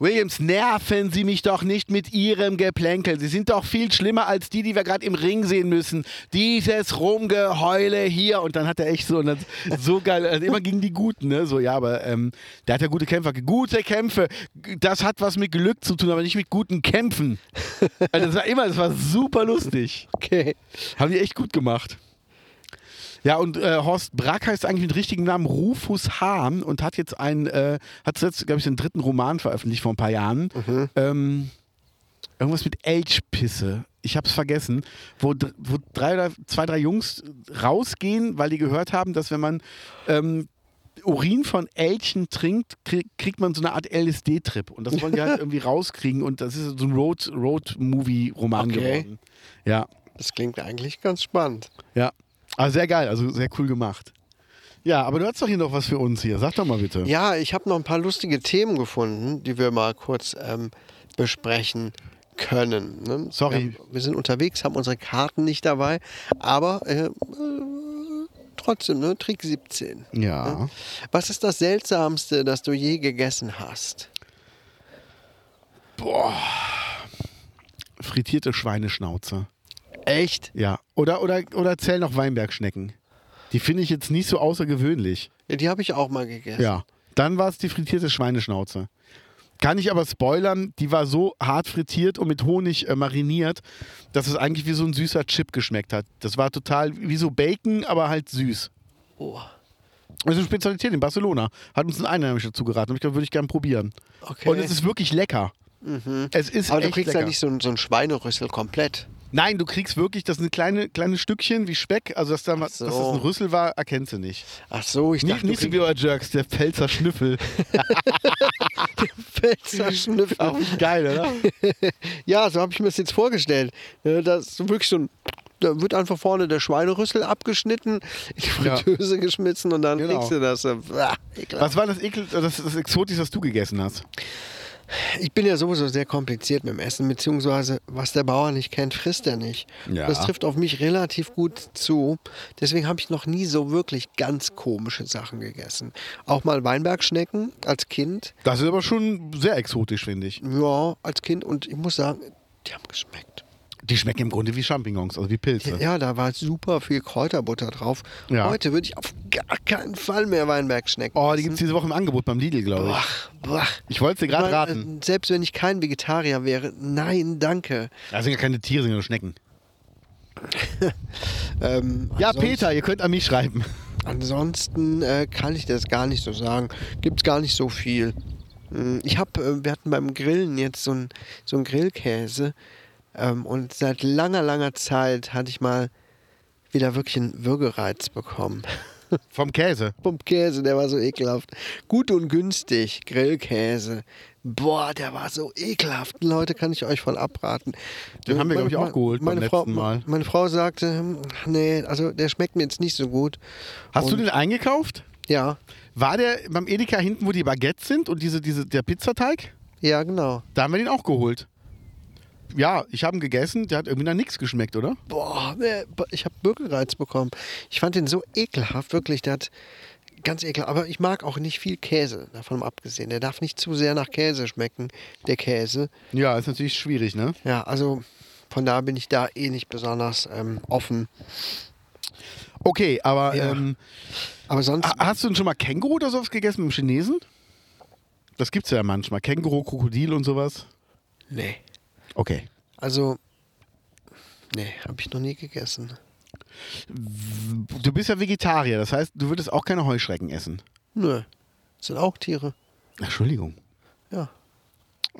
S2: Williams, nerven Sie mich doch nicht mit Ihrem Geplänkel. Sie sind doch viel schlimmer als die, die wir gerade im Ring sehen müssen. Dieses Rumgeheule hier. Und dann hat er echt so, und dann, so geil, also immer gegen die Guten, ne? So, ja, aber ähm, der hat ja gute Kämpfer. Gute Kämpfe, das hat was mit Glück zu tun, aber nicht mit guten Kämpfen. Also das war immer, das war super lustig.
S1: Okay.
S2: Haben die echt gut gemacht. Ja, und äh, Horst Brack heißt eigentlich mit richtigen Namen Rufus Hahn und hat jetzt einen, äh, hat jetzt, glaube ich, den dritten Roman veröffentlicht vor ein paar Jahren. Ähm, irgendwas mit Elchpisse. Ich habe es vergessen, wo, dr- wo drei oder zwei, drei Jungs rausgehen, weil die gehört haben, dass wenn man ähm, Urin von Elchen trinkt, krieg, kriegt man so eine Art LSD-Trip. Und das wollen die halt irgendwie rauskriegen. Und das ist so ein Road- Road-Movie-Roman
S1: Okay.
S2: geworden. Ja.
S1: Das klingt eigentlich ganz spannend.
S2: Ja. Aber sehr geil, also sehr cool gemacht. Ja, aber du hast doch hier noch was für uns hier. Sag doch mal bitte.
S1: Ja, ich habe noch ein paar lustige Themen gefunden, die wir mal kurz ähm, besprechen können. Ne?
S2: Sorry.
S1: Wir, wir sind unterwegs, haben unsere Karten nicht dabei, aber äh, äh, trotzdem, ne? Trick 17.
S2: Ja.
S1: Was ist das Seltsamste, das du je gegessen hast?
S2: Frittierte Schweineschnauze.
S1: Echt?
S2: Ja. Oder, oder, oder zähl noch Weinbergschnecken. Die finde ich jetzt nicht so außergewöhnlich.
S1: Ja, die habe ich auch mal gegessen.
S2: Ja. Dann war es die frittierte Schweineschnauze. Kann ich aber spoilern, die war so hart frittiert und mit Honig äh, mariniert, dass es eigentlich wie so ein süßer Chip geschmeckt hat. Das war total wie so Bacon, aber halt süß. Also
S1: Oh,
S2: Das ist eine Spezialität in Barcelona. Hat uns ein Einheimischer zugeraten. Ich glaube, würde ich gerne probieren.
S1: Okay. Mhm.
S2: Und es ist wirklich lecker. Es ist
S1: Aber
S2: echt
S1: du kriegst
S2: lecker.
S1: ja nicht so, ein- so ein Schweinerüssel komplett.
S2: Nein, du kriegst wirklich, das sind kleine, kleine Stückchen wie Speck. Also, dass, da, was-
S1: so.
S2: dass das ein Rüssel war, erkennst du nicht.
S1: Ach so, ich
S2: Nicht,
S1: dachte,
S2: nicht so
S1: du
S2: wie bei Jerks, der
S1: [LAUGHS]
S2: Pelzer Schnüffel.
S1: kriegst Schnüffel.
S2: Auch nicht geil, oder?
S1: [LAUGHS] Ja, so habe ich mir das jetzt vorgestellt. Ja, Das ist wirklich so ein, da wird einfach vorne der Schweinerüssel abgeschnitten, in die
S2: Ja.
S1: Fritteuse geschmissen und dann
S2: Genau.
S1: kriegst du das. Ah, ekelhaft.
S2: Was war das, Ekel, äh, das, das Exotisch, was du gegessen hast?
S1: ich bin ja sowieso sehr kompliziert mit dem Essen, beziehungsweise was der Bauer nicht kennt, frisst er nicht.
S2: Ja.
S1: Das trifft auf mich relativ gut zu. Deswegen habe ich noch nie so wirklich ganz komische Sachen gegessen. Auch mal Weinbergschnecken als Kind.
S2: Das ist aber schon sehr exotisch, finde ich.
S1: Ja, als Kind. Und ich muss sagen, die haben geschmeckt.
S2: Die schmecken im Grunde wie Champignons, also wie Pilze.
S1: Ja, da war super viel Kräuterbutter drauf.
S2: Ja.
S1: Heute würde ich auf gar keinen Fall mehr Weinbergschnecken.
S2: Oh, die gibt es diese Woche im Angebot beim Lidl, glaube ich.
S1: Ach, boah.
S2: Ich wollte es dir gerade raten.
S1: Äh, Selbst wenn ich kein Vegetarier wäre, nein, danke.
S2: Da sind ja keine Tiere, sind ja nur Schnecken.
S1: Ähm,
S2: Ja,
S1: ansonsten-
S2: Peter, ihr könnt an mich schreiben.
S1: Ansonsten äh, kann ich das gar nicht so sagen. Gibt es gar nicht so viel. Mm, Ich habe, äh, wir hatten beim Grillen jetzt so einen so einen Grillkäse ähm, und seit langer, langer Zeit hatte ich mal wieder wirklich einen Würgereiz bekommen. [LAUGHS]
S2: Vom Käse.
S1: vom Käse, der war so ekelhaft. Gut und günstig, Grillkäse. Boah, der war so ekelhaft. Leute, kann ich euch von abraten.
S2: Den haben wir,
S1: Meine-
S2: glaub ich, auch
S1: meine-
S2: geholt beim
S1: meine Frau,
S2: letzten Mal.
S1: Meine Frau sagte, hm, nee, also der schmeckt mir jetzt nicht so gut.
S2: Hast du
S1: Und-
S2: den eingekauft?
S1: Ja,
S2: War der beim Edeka hinten, wo die Baguettes sind und diese, diese, der Pizzateig?
S1: ja, genau.
S2: Da haben wir den auch geholt. Ja, ich habe ihn gegessen, der hat irgendwie nach nichts geschmeckt, oder?
S1: Boah, nee, bo- ich habe Bürgerreiz bekommen. Ich fand den so ekelhaft, wirklich. Der hat ganz ekelhaft. Aber ich mag auch nicht viel Käse, davon abgesehen. Der darf nicht zu sehr nach Käse schmecken, der Käse.
S2: Ja, ist natürlich schwierig, ne?
S1: Ja, also von da bin ich da eh nicht besonders ähm, offen.
S2: Okay, aber
S1: Ja.
S2: ähm,
S1: Aber sonst,
S2: ha- Ah, hast du denn schon mal Känguru oder sowas gegessen mit dem Chinesen? Das gibt's ja manchmal. Känguru, Krokodil und sowas.
S1: nee.
S2: Okay.
S1: Also, nee, habe ich noch nie gegessen.
S2: Du bist ja Vegetarier, das heißt, du würdest auch keine Heuschrecken essen.
S1: Nö. Das sind auch Tiere.
S2: Entschuldigung.
S1: Ja.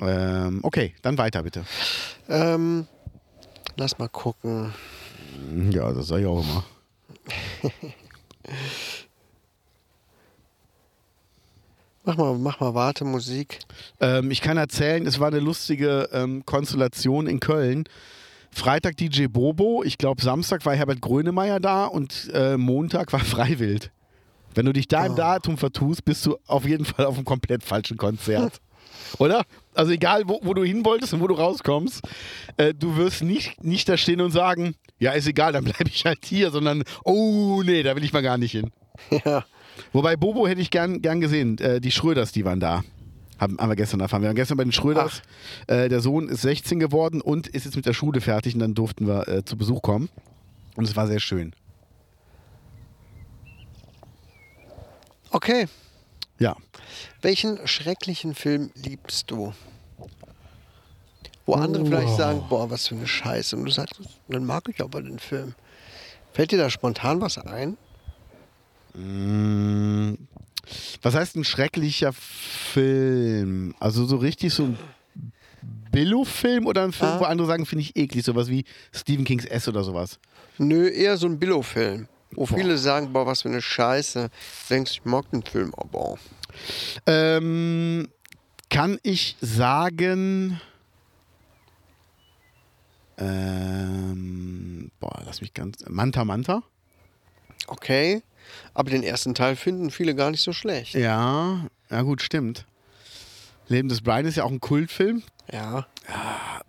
S2: Ähm, okay, dann weiter bitte.
S1: Ähm, lass mal gucken.
S2: Ja, das sage ich auch immer.
S1: Mach mal, mach mal Wartemusik.
S2: Ähm, ich kann erzählen, es war eine lustige ähm, Konstellation in Köln. Freitag DJ Bobo, ich glaube Samstag war Herbert Grönemeyer da und äh, Montag war [LAUGHS] Freiwild. Wenn du dich da im Datum vertust, bist du auf jeden Fall auf einem komplett falschen Konzert. Oder? Also egal, wo, wo du hin wolltest und wo du rauskommst, äh, du wirst nicht, nicht da stehen und sagen, ja ist egal, dann bleibe ich halt hier, sondern, oh nee, da will ich mal gar nicht hin.
S1: Ja.
S2: Wobei Bobo hätte ich gern, gern gesehen, äh, die Schröders, die waren da. Haben, haben wir gestern erfahren. Wir waren gestern bei den Schröders. Äh, der Sohn ist 16 geworden und ist jetzt mit der Schule fertig und dann durften wir äh, zu Besuch kommen. Und es war sehr schön.
S1: Okay.
S2: Ja.
S1: Welchen schrecklichen Film liebst du? Wo andere vielleicht sagen, boah, was für eine Scheiße. Und du sagst, dann mag ich aber den Film. Fällt dir da spontan was ein?
S2: Was heißt ein schrecklicher Film? Also so richtig so ein Billo-Film oder ein Film, wo andere sagen, finde ich eklig. Sowas wie Stephen Kings S oder sowas.
S1: Nö, eher so ein Billo-Film. Wo
S2: Boah.
S1: viele sagen, boah, was für eine Scheiße. Du denkst, ich mag den Film aber.
S2: Ähm, kann ich sagen. Ähm, boah, lass mich ganz. Manta Manta?
S1: Okay. Aber den ersten Teil finden viele gar nicht so schlecht.
S2: Ja, ja gut, stimmt. Leben des Brian ist ja auch ein Kultfilm.
S1: Ja.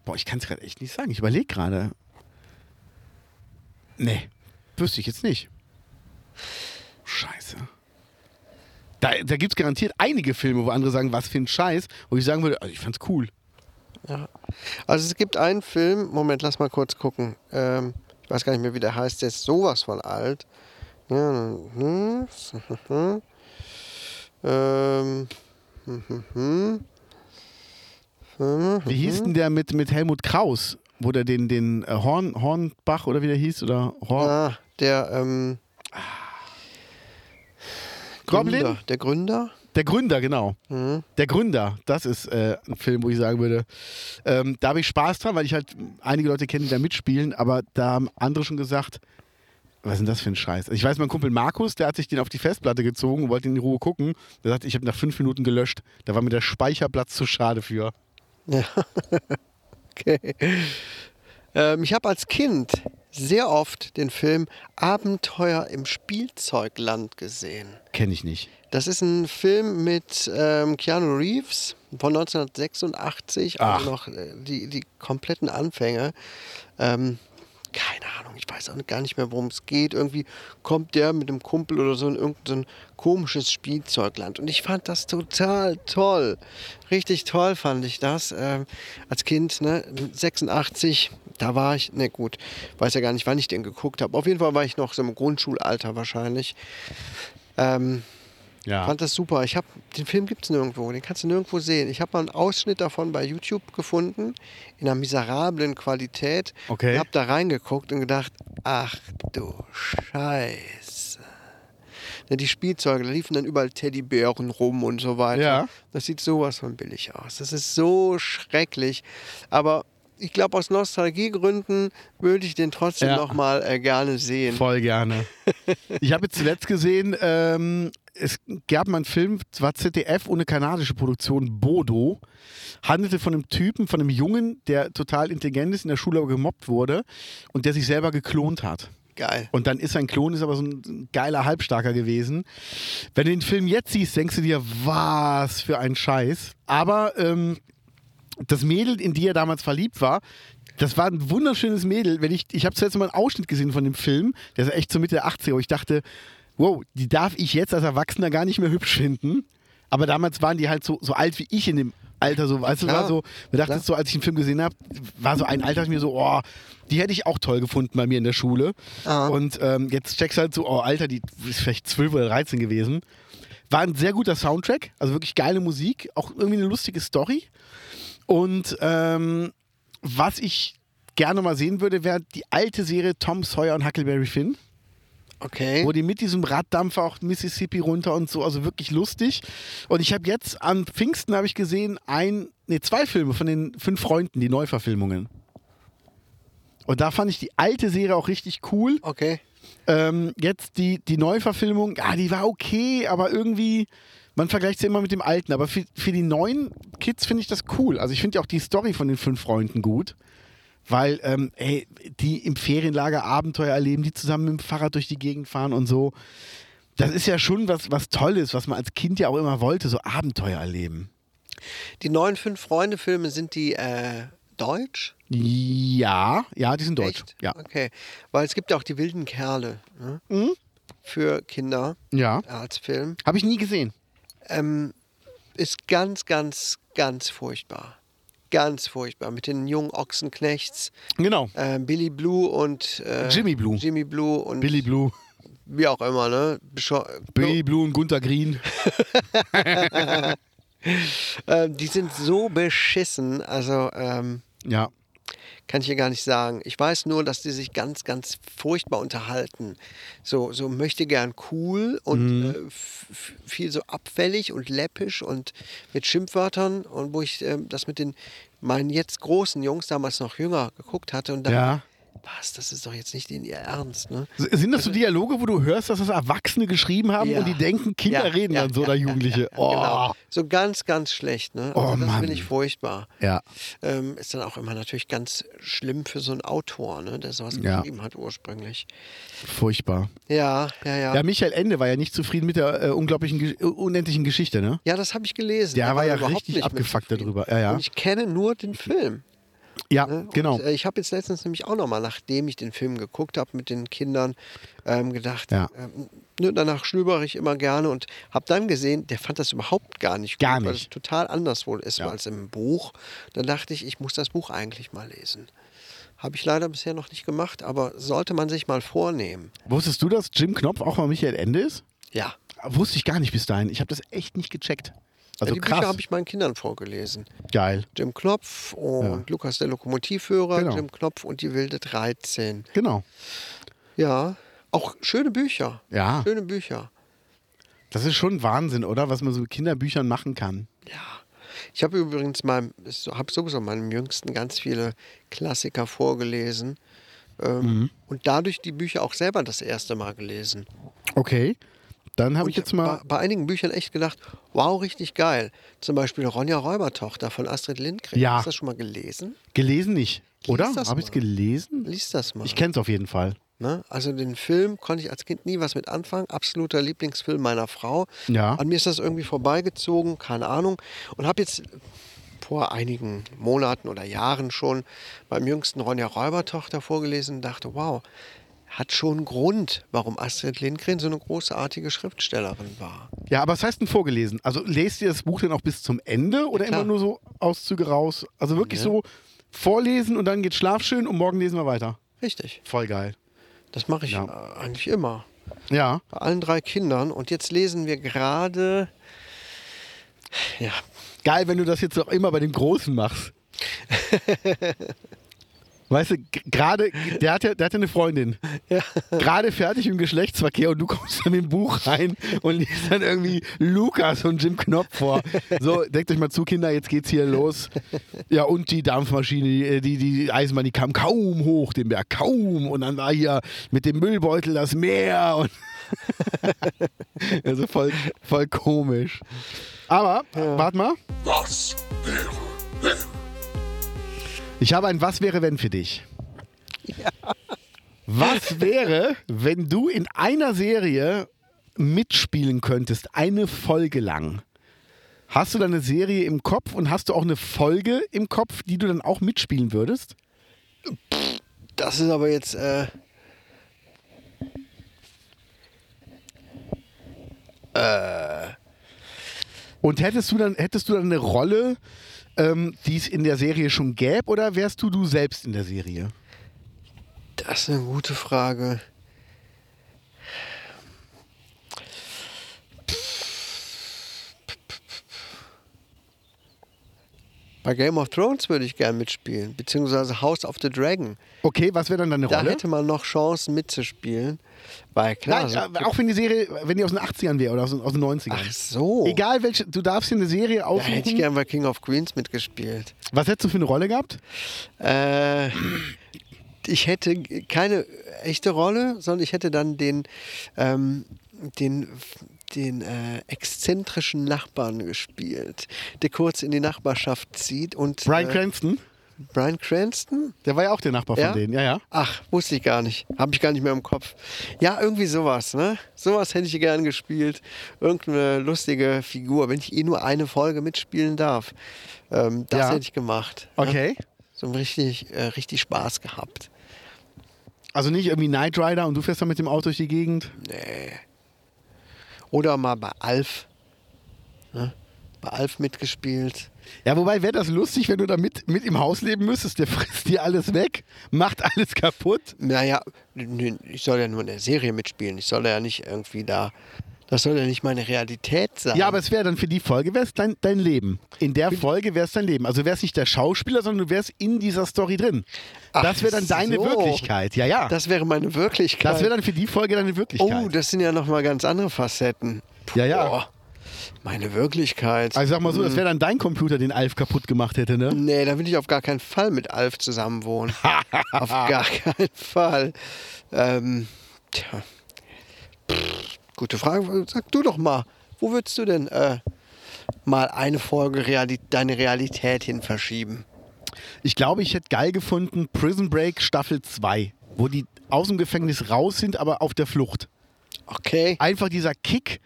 S2: Boah, ich kann es gerade echt nicht sagen. Ich überlege gerade. Nee, wüsste ich jetzt nicht. Scheiße. Da, da gibt es garantiert einige Filme, wo andere sagen, was für ein Scheiß, wo ich sagen würde, also ich fand's cool.
S1: Also es gibt einen Film, Moment, lass mal kurz gucken. Ähm, ich weiß gar nicht mehr, wie der heißt, der ist sowas von alt. Ja, mhm, mhm. [LAUGHS] ähm, mhm, mhm.
S2: Wie hieß denn der mit, mit Helmut Kraus, wo der den, den äh, Horn, Hornbach oder wie der hieß? Oder Horn.
S1: Ah, der ähm,
S2: Goblin?
S1: Gründer, der Gründer? Mhm.
S2: Der Gründer, genau. Der Gründer, das ist äh, ein Film, wo ich sagen würde, ähm, da habe ich Spaß dran, weil ich halt einige Leute kenne, die da mitspielen, aber da haben andere schon gesagt, was ist denn das für ein Scheiß? Also Ich weiß, mein Kumpel Markus, der hat sich den auf die Festplatte gezogen und wollte ihn in Ruhe gucken. Der sagt, ich habe nach fünf Minuten gelöscht. Da war mir der Speicherplatz zu schade für.
S1: Ja. okay. Ähm, ich habe als Kind sehr oft den Film Abenteuer im Spielzeugland gesehen.
S2: Kenne ich nicht.
S1: Das ist ein Film mit ähm, Keanu Reeves von 1986,
S2: Ach.
S1: also noch äh, die, die kompletten Anfänge. Ähm, keine Ahnung, ich weiß auch gar nicht mehr, worum es geht. Irgendwie kommt der mit einem Kumpel oder so in irgendein komisches Spielzeugland. Und ich fand das total toll. Richtig toll fand ich das. Ähm, als Kind, ne, 86, da war ich, ne gut, weiß ja gar nicht, wann ich den geguckt habe. Auf jeden Fall war ich noch so im Grundschulalter wahrscheinlich. Ähm,
S2: Ja.
S1: fand das super. Ich habe den Film gibt's nirgendwo, den kannst du nirgendwo sehen. Ich habe mal einen Ausschnitt davon bei YouTube gefunden in einer miserablen Qualität.
S2: Okay.
S1: Und habe da reingeguckt und gedacht, ach du Scheiße. Ja, die Spielzeuge, da liefen dann überall Teddybären rum und so weiter.
S2: Ja.
S1: Das sieht sowas von billig aus. Das ist so schrecklich. Aber ich glaube, aus Nostalgiegründen würde ich den trotzdem
S2: Ja.
S1: noch nochmal äh, gerne sehen.
S2: Voll gerne. Ich habe jetzt zuletzt gesehen, ähm, es gab mal einen Film, es war ZDF und eine kanadische Produktion, Bodo. Handelte von einem Typen, von einem Jungen, der total intelligent ist, in der Schule aber gemobbt wurde und der sich selber geklont hat.
S1: Geil.
S2: Und dann ist sein Klon, ist aber so ein geiler Halbstarker gewesen. Wenn du den Film jetzt siehst, denkst du dir, was für ein Scheiß. Aber ähm, das Mädel, in die er damals verliebt war, das war ein wunderschönes Mädel. Wenn ich ich habe zuletzt mal einen Ausschnitt gesehen von dem Film, der ist echt so Mitte der 80er, wo ich dachte, wow, die darf ich jetzt als Erwachsener gar nicht mehr hübsch finden. Aber damals waren die halt so, so alt wie ich in dem Alter. So, weißt du,
S1: Klar.
S2: war so, mir dachte so, als ich den Film gesehen habe, war so ein Alter, ich mir so, oh, die hätte ich auch toll gefunden bei mir in der Schule.
S1: Ah.
S2: Und ähm, jetzt checkst du halt so, oh, Alter, die ist vielleicht 12 oder 13 gewesen. War ein sehr guter Soundtrack, also wirklich geile Musik, auch irgendwie eine lustige Story. Und ähm, was ich gerne mal sehen würde, wäre die alte Serie Tom Sawyer und Huckleberry Finn,
S1: Okay.
S2: wo die mit diesem Raddampfer auch Mississippi runter und so, also wirklich lustig. Und ich habe jetzt an Pfingsten habe ich gesehen ein, nee, zwei Filme von den fünf Freunden, die Neuverfilmungen. Und da fand ich die alte Serie auch richtig cool.
S1: Okay.
S2: Ähm, jetzt die, die Neuverfilmung, ja, die war okay, aber irgendwie, man vergleicht sie immer mit dem alten. Aber für, für die neuen Kids finde ich das cool. Also ich finde ja auch die Story von den fünf Freunden gut. Weil, ähm, ey, die im Ferienlager Abenteuer erleben, die zusammen mit dem Fahrrad durch die Gegend fahren und so. Das ist ja schon was, was Tolles, was man als Kind ja auch immer wollte, so Abenteuer erleben.
S1: Die neuen Fünf-Freunde-Filme sind die äh, deutsch?
S2: Ja, ja, die sind deutsch.
S1: Echt?
S2: Ja.
S1: Okay. Weil es gibt ja auch die wilden Kerle ne? für Kinder
S2: ja.
S1: als Film.
S2: Habe ich nie gesehen.
S1: Ähm, ist ganz, ganz, ganz furchtbar. Ganz furchtbar. Mit den jungen Ochsenknechts,
S2: Genau.
S1: äh, Billy Blue und äh,
S2: Jimmy Blue.
S1: Jimmy Blue und
S2: Billy Blue.
S1: wie auch immer, ne? Bescho
S2: Billy Blue und Gunter Green.
S1: äh, die sind so beschissen, also ähm,
S2: Ja.
S1: kann ich hier gar nicht sagen. Ich weiß nur, dass die sich ganz, ganz furchtbar unterhalten. So, so möchte gern cool und
S2: Mhm.
S1: äh, f- f- viel so abfällig und läppisch und mit Schimpfwörtern und wo ich ähm, das mit den meinen jetzt großen Jungs damals noch jünger geguckt hatte und dann
S2: Ja.
S1: was, das ist doch jetzt nicht in ihr Ernst, ne?
S2: S- Sind das so Dialoge, wo du hörst, dass das Erwachsene geschrieben haben
S1: Ja.
S2: und die denken, Kinder
S1: Ja,
S2: reden
S1: ja,
S2: dann so
S1: ja,
S2: oder
S1: ja,
S2: Jugendliche? oh.
S1: Genau. So ganz, ganz schlecht, ne?
S2: Oh,
S1: Also das
S2: Mann.
S1: finde ich furchtbar.
S2: Ja.
S1: Ähm, ist dann auch immer natürlich ganz schlimm für so einen Autor, ne? Der sowas
S2: Ja.
S1: geschrieben hat ursprünglich.
S2: Furchtbar.
S1: Ja, ja, ja.
S2: Ja, Michael Ende war ja nicht zufrieden mit der äh, unglaublichen, Ge- äh, unendlichen Geschichte, ne?
S1: Ja, das habe ich gelesen.
S2: Der
S1: Da
S2: war ja
S1: überhaupt
S2: richtig
S1: nicht mit
S2: abgefuckt
S1: zufrieden.
S2: darüber. Ja, ja.
S1: Und ich kenne nur den Film.
S2: Ja,
S1: ne? Und,
S2: genau.
S1: äh, ich habe jetzt letztens nämlich auch nochmal, nachdem ich den Film geguckt habe mit den Kindern, ähm, gedacht,
S2: Ja.
S1: ähm, ne, danach schlübere ich immer gerne und habe dann gesehen, der fand das überhaupt gar nicht gut,
S2: Gar
S1: weil
S2: nicht.
S1: es total anders wohl ist
S2: Ja.
S1: als im Buch. Dann dachte ich, ich muss das Buch eigentlich mal lesen. Habe ich leider bisher noch nicht gemacht, aber sollte man sich mal vornehmen.
S2: Wusstest du, dass Jim Knopf auch mal Michael Ende ist?
S1: Ja.
S2: Wusste ich gar nicht bis dahin. Ich habe das echt nicht gecheckt. Also
S1: Die Bücher
S2: krass.
S1: habe ich meinen Kindern vorgelesen.
S2: Geil.
S1: Jim Knopf und
S2: Ja.
S1: Lukas der Lokomotivführer,
S2: Genau.
S1: Jim Knopf und die wilde 13.
S2: Genau.
S1: Ja, auch schöne Bücher.
S2: Ja.
S1: Schöne Bücher.
S2: Das ist schon Wahnsinn, oder? Was man so mit Kinderbüchern machen kann.
S1: Ja. Ich habe übrigens meinem, habe sowieso meinem Jüngsten ganz viele Klassiker vorgelesen.
S2: Mhm.
S1: Ähm, Und dadurch die Bücher auch selber das erste Mal gelesen.
S2: Okay. Dann habe
S1: Und
S2: ich jetzt mal.
S1: bei, bei einigen Büchern echt gedacht, wow, richtig geil. Zum Beispiel Ronja Räubertochter von Astrid Lindgren.
S2: Ja.
S1: Hast du das schon mal gelesen?
S2: Gelesen nicht, oder?
S1: das
S2: Habe ich es
S1: mal.
S2: gelesen?
S1: Lies das mal.
S2: Ich kenne es auf jeden Fall.
S1: Ne? Also den Film konnte ich als Kind nie was mit anfangen. Absoluter Lieblingsfilm meiner Frau.
S2: Ja.
S1: An mir ist das irgendwie vorbeigezogen, keine Ahnung. Und habe jetzt vor einigen Monaten oder Jahren schon beim jüngsten Ronja Räubertochter vorgelesen und dachte, wow, hat schon einen Grund, warum Astrid Lindgren so eine großartige Schriftstellerin war.
S2: Ja, aber was heißt denn vorgelesen? Also lest ihr das Buch denn auch bis zum Ende oder
S1: klar.
S2: immer nur so Auszüge raus? Also wirklich so vorlesen und dann geht Schlaf schön und morgen lesen wir weiter.
S1: Richtig,
S2: Voll geil.
S1: das mache ich
S2: Ja.
S1: äh, eigentlich immer.
S2: Ja.
S1: Bei allen drei Kindern. Und jetzt lesen wir gerade, ja,
S2: Geil, wenn du das jetzt auch immer bei dem Großen machst. Weißt du, g- gerade, der hat ja, der hat ja eine Freundin. Gerade fertig im Geschlechtsverkehr und du kommst dann mit dem Buch rein und liest dann irgendwie Lukas und Jim Knopf vor. So, denkt euch mal zu, Kinder, jetzt geht's hier los. Ja, und die Dampfmaschine, die- die, die Eisenbahn, die kam kaum hoch, den Berg kaum. Und dann war hier mit dem Müllbeutel das Meer und [LAUGHS] also voll, voll komisch. Aber, warte mal. Ich habe ein Was wäre wenn für dich. Was wäre, wenn du in einer Serie mitspielen könntest, eine Folge lang? Hast du dann eine Serie im Kopf und hast du auch eine Folge im Kopf, die du dann auch mitspielen würdest?
S1: Das ist aber jetzt. Äh,
S2: Und hättest du dann, hättest du dann eine Rolle, ähm, die es in der Serie schon gäbe, oder wärst du du selbst in der Serie?
S1: das ist eine gute Frage. Bei Game of Thrones würde ich gern mitspielen, beziehungsweise House of the Dragon.
S2: Okay, was wäre dann deine
S1: Da
S2: Rolle?
S1: hätte man noch Chancen mitzuspielen. Weil klar,
S2: Nein,
S1: so-
S2: aber auch wenn die Serie, wenn die aus den 80ern wäre oder aus, den- aus den 90ern.
S1: ach so.
S2: Egal welche, du darfst dir eine Serie
S1: Da hätte ich
S2: aussuchen.
S1: gern bei King of Queens mitgespielt.
S2: Was hättest du für eine Rolle gehabt?
S1: Äh, ich hätte g- keine echte Rolle, sondern ich hätte dann den, ähm, den, den äh, exzentrischen Nachbarn gespielt, der kurz in die Nachbarschaft zieht und
S2: Brian
S1: äh,
S2: Cranston,
S1: Brian Cranston.
S2: der war ja auch der Nachbar von
S1: Ja?
S2: denen, ja, ja.
S1: Ach, wusste ich gar nicht. Habe ich gar nicht mehr im Kopf. Ja, irgendwie sowas, ne? Sowas hätte ich gern gespielt. Irgendeine lustige Figur, wenn ich eh nur eine Folge mitspielen darf. Ähm, das
S2: Ja.
S1: hätte ich gemacht. ne?
S2: Okay.
S1: So richtig, äh, richtig Spaß gehabt.
S2: Also nicht irgendwie Knight Rider und du fährst dann mit dem Auto durch die Gegend.
S1: Oder mal bei Alf. Ne? bei Alf mitgespielt.
S2: Ja, wobei wäre das lustig, wenn du da mit, mit im Haus leben müsstest. Der [LAUGHS] frisst dir alles weg, macht alles kaputt.
S1: Naja, n- n- ich soll ja nur in der Serie mitspielen. Ich soll ja nicht irgendwie da. Das soll ja nicht meine Realität sein.
S2: Ja, aber es wäre dann für die Folge wär's dein, dein Leben. In der Folge wär's dein Leben. Also wär's nicht der Schauspieler, sondern du wärst in dieser Story drin.
S1: Ach,
S2: das wäre dann deine
S1: so.
S2: Wirklichkeit. Ja, ja. Das,
S1: Das wäre meine Wirklichkeit.
S2: wäre dann für die Folge deine Wirklichkeit.
S1: oh, das sind ja nochmal ganz andere Facetten.
S2: Ja, ja.
S1: meine Wirklichkeit.
S2: also sag mal so, das wäre dann dein Computer, den Alf kaputt gemacht hätte, ne?
S1: Nee, da will ich auf gar keinen Fall mit Alf zusammenwohnen. auf gar keinen Fall. Ähm, tja. Pff, gute Frage. Sag du doch mal, wo würdest du denn äh, mal eine Folge Reali deine Realität hin verschieben?
S2: Ich glaube, ich hätte geil gefunden Prison Break Staffel 2, wo die aus dem Gefängnis raus sind, aber auf der Flucht.
S1: Okay.
S2: einfach dieser Kick,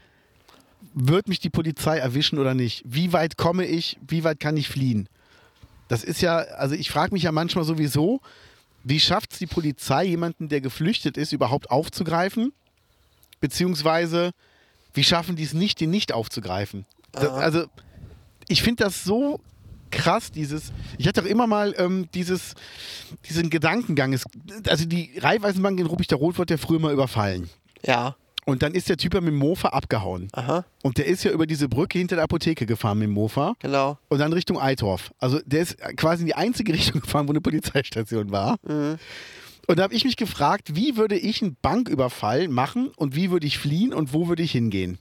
S2: wird mich die Polizei erwischen oder nicht? Wie weit komme ich? Wie weit kann ich fliehen? Das ist ja, also ich frage mich ja manchmal sowieso, wie schafft es die Polizei, jemanden, der geflüchtet ist, überhaupt aufzugreifen? Beziehungsweise, wie schaffen die es nicht, den nicht aufzugreifen? Das, also, ich finde das so krass, dieses. Ich hatte auch immer mal ähm, dieses, diesen Gedankengang. Es, also, die Raiffeisenbank in Ruppichter Rot wird ja früher mal überfallen.
S1: Ja.
S2: Und dann ist der Typ ja mit dem Mofa abgehauen.
S1: Aha.
S2: Und der ist ja über diese Brücke hinter der Apotheke gefahren mit dem Mofa.
S1: Genau.
S2: Und dann Richtung Eitorf. Also der ist quasi in die einzige [LAUGHS] Richtung gefahren, wo eine Polizeistation war. Und da habe ich mich gefragt, wie würde ich einen Banküberfall machen und wie würde ich fliehen und wo würde ich hingehen?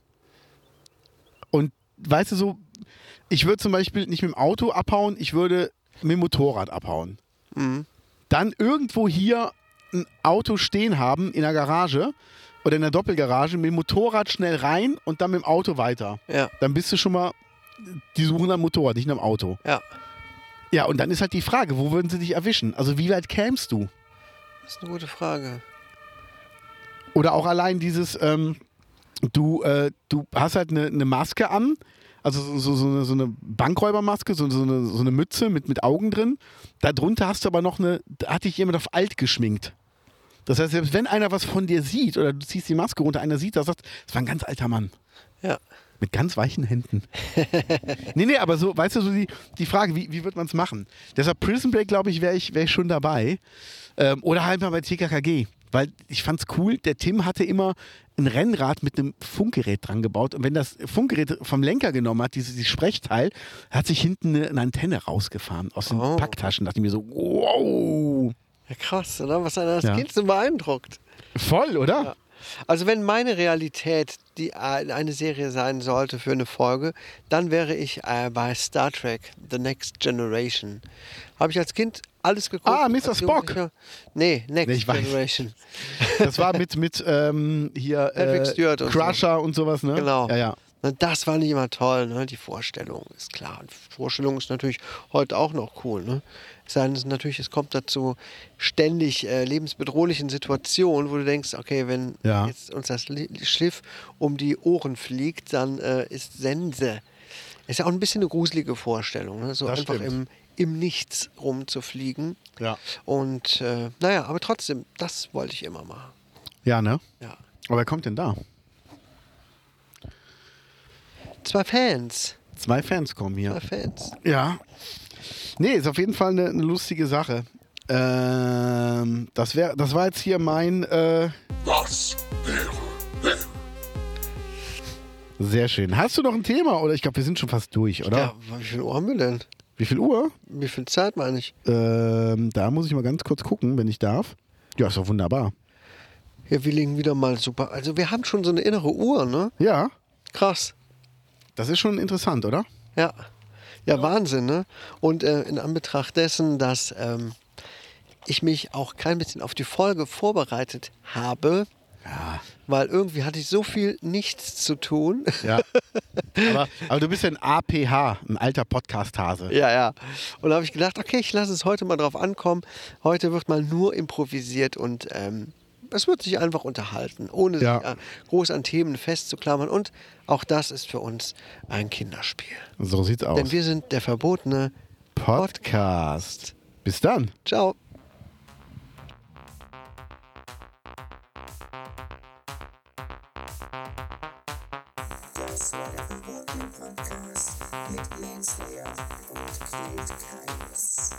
S2: Und weißt du so, ich würde zum Beispiel nicht mit dem Auto abhauen, ich würde mit dem Motorrad abhauen. Dann irgendwo hier ein Auto stehen haben in der Garage oder in der Doppelgarage, mit dem Motorrad schnell rein und dann mit dem Auto weiter.
S1: Ja.
S2: Dann bist du schon mal, die suchen am Motorrad, nicht am Auto.
S1: Ja.
S2: Ja, und dann ist halt die Frage, wo würden sie dich erwischen? Also wie weit kämst du?
S1: Das ist eine gute Frage.
S2: Oder auch allein dieses, ähm, du, äh, du hast halt eine, eine Maske an, also so, so, so, eine, so eine Bankräubermaske, so, so, eine, so eine Mütze mit, mit Augen drin. Darunter hast du aber noch eine, da hat dich jemand auf alt geschminkt. Das heißt, selbst wenn einer was von dir sieht oder du ziehst die Maske runter, einer sieht das, sagt, das war ein ganz alter Mann.
S1: Ja.
S2: Mit ganz
S1: [LAUGHS]
S2: weichen Händen. nee, nee, aber so, weißt du, so die, die Frage, wie, wie wird man es machen? Deshalb Prison Break, glaube ich, wäre ich, wär ich schon dabei. Ähm, oder halt mal bei TKKG. Weil ich fand's cool, der Tim hatte immer ein Rennrad mit einem Funkgerät dran gebaut. Und wenn das Funkgerät vom Lenker genommen hat, dieses, dieses Sprechteil, hat sich hinten eine, eine Antenne rausgefahren aus den
S1: Oh.
S2: Packtaschen. Dachte ich mir so, wow,
S1: Ja, krass, oder? Was einer als
S2: Ja.
S1: Kind so beeindruckt.
S2: voll, oder?
S1: Ja. Also wenn meine Realität die ein- eine Serie sein sollte für eine Folge, dann wäre ich äh, bei Star Trek The Next Generation. Habe ich als Kind alles geguckt.
S2: Ah, Mr.
S1: als
S2: Spock.
S1: Jugendlicher- Nee, Next
S2: Nee, ich weiß.
S1: Generation.
S2: Das war mit, mit ähm, hier
S1: Patrick
S2: äh,
S1: Stewart und so.
S2: Crusher und sowas, ne?
S1: Genau.
S2: Ja, ja.
S1: Und das war nicht immer toll, ne? Die Vorstellung ist klar. Und die Vorstellung ist natürlich heute auch noch cool, ne? Es sei denn, es natürlich, es kommt dazu ständig äh, lebensbedrohlichen Situationen, wo du denkst, okay, wenn
S2: Ja.
S1: jetzt uns das Li- Schiff um die Ohren fliegt, dann äh, ist Sense. Ist ja auch ein bisschen eine gruselige Vorstellung, ne? So
S2: Das
S1: einfach
S2: stimmt.
S1: im, im Nichts rumzufliegen.
S2: Ja.
S1: Und äh, naja, aber trotzdem, das wollte ich immer machen.
S2: Ja, ne?
S1: Ja.
S2: Aber wer kommt denn da?
S1: Zwei Fans.
S2: Zwei Fans kommen hier.
S1: Zwei Fans.
S2: Ja. Nee, ist auf jeden Fall eine, eine lustige Sache. Ähm, das, wär, das war jetzt hier mein. Äh Sehr schön. Hast du noch ein Thema? Oder ich glaube, wir sind schon fast durch, oder?
S1: Ja, wie viel Ohr haben wir denn?
S2: Wie viel Uhr?
S1: Wie viel Zeit meine ich?
S2: Ähm, da muss ich mal ganz kurz gucken, wenn ich darf. Ja, ist doch wunderbar.
S1: Ja, wir liegen wieder mal super. Also wir haben schon so eine innere Uhr, ne?
S2: Ja,
S1: Krass.
S2: das ist schon interessant, oder?
S1: Ja. Ja, Wahnsinn, ne? Und äh, in Anbetracht dessen, dass ähm, ich mich auch kein bisschen auf die Folge vorbereitet habe, weil irgendwie hatte ich so viel nichts zu tun.
S2: Ja. [LAUGHS] aber, aber du bist ja ein APH, ein alter Podcast-Hase.
S1: Ja, ja. Und da habe ich gedacht, okay, ich lasse es heute mal drauf ankommen. Heute wird mal nur improvisiert und ähm, es wird sich einfach unterhalten, ohne
S2: Ja.
S1: sich äh, groß an Themen festzuklammern. Und auch das ist für uns ein Kinderspiel.
S2: So sieht's aus.
S1: Denn wir sind der verbotene
S2: Podcast. Bis dann.
S1: Ciao.
S5: Landslayer Walking Podcast mit Landslayer und Kate Kreis.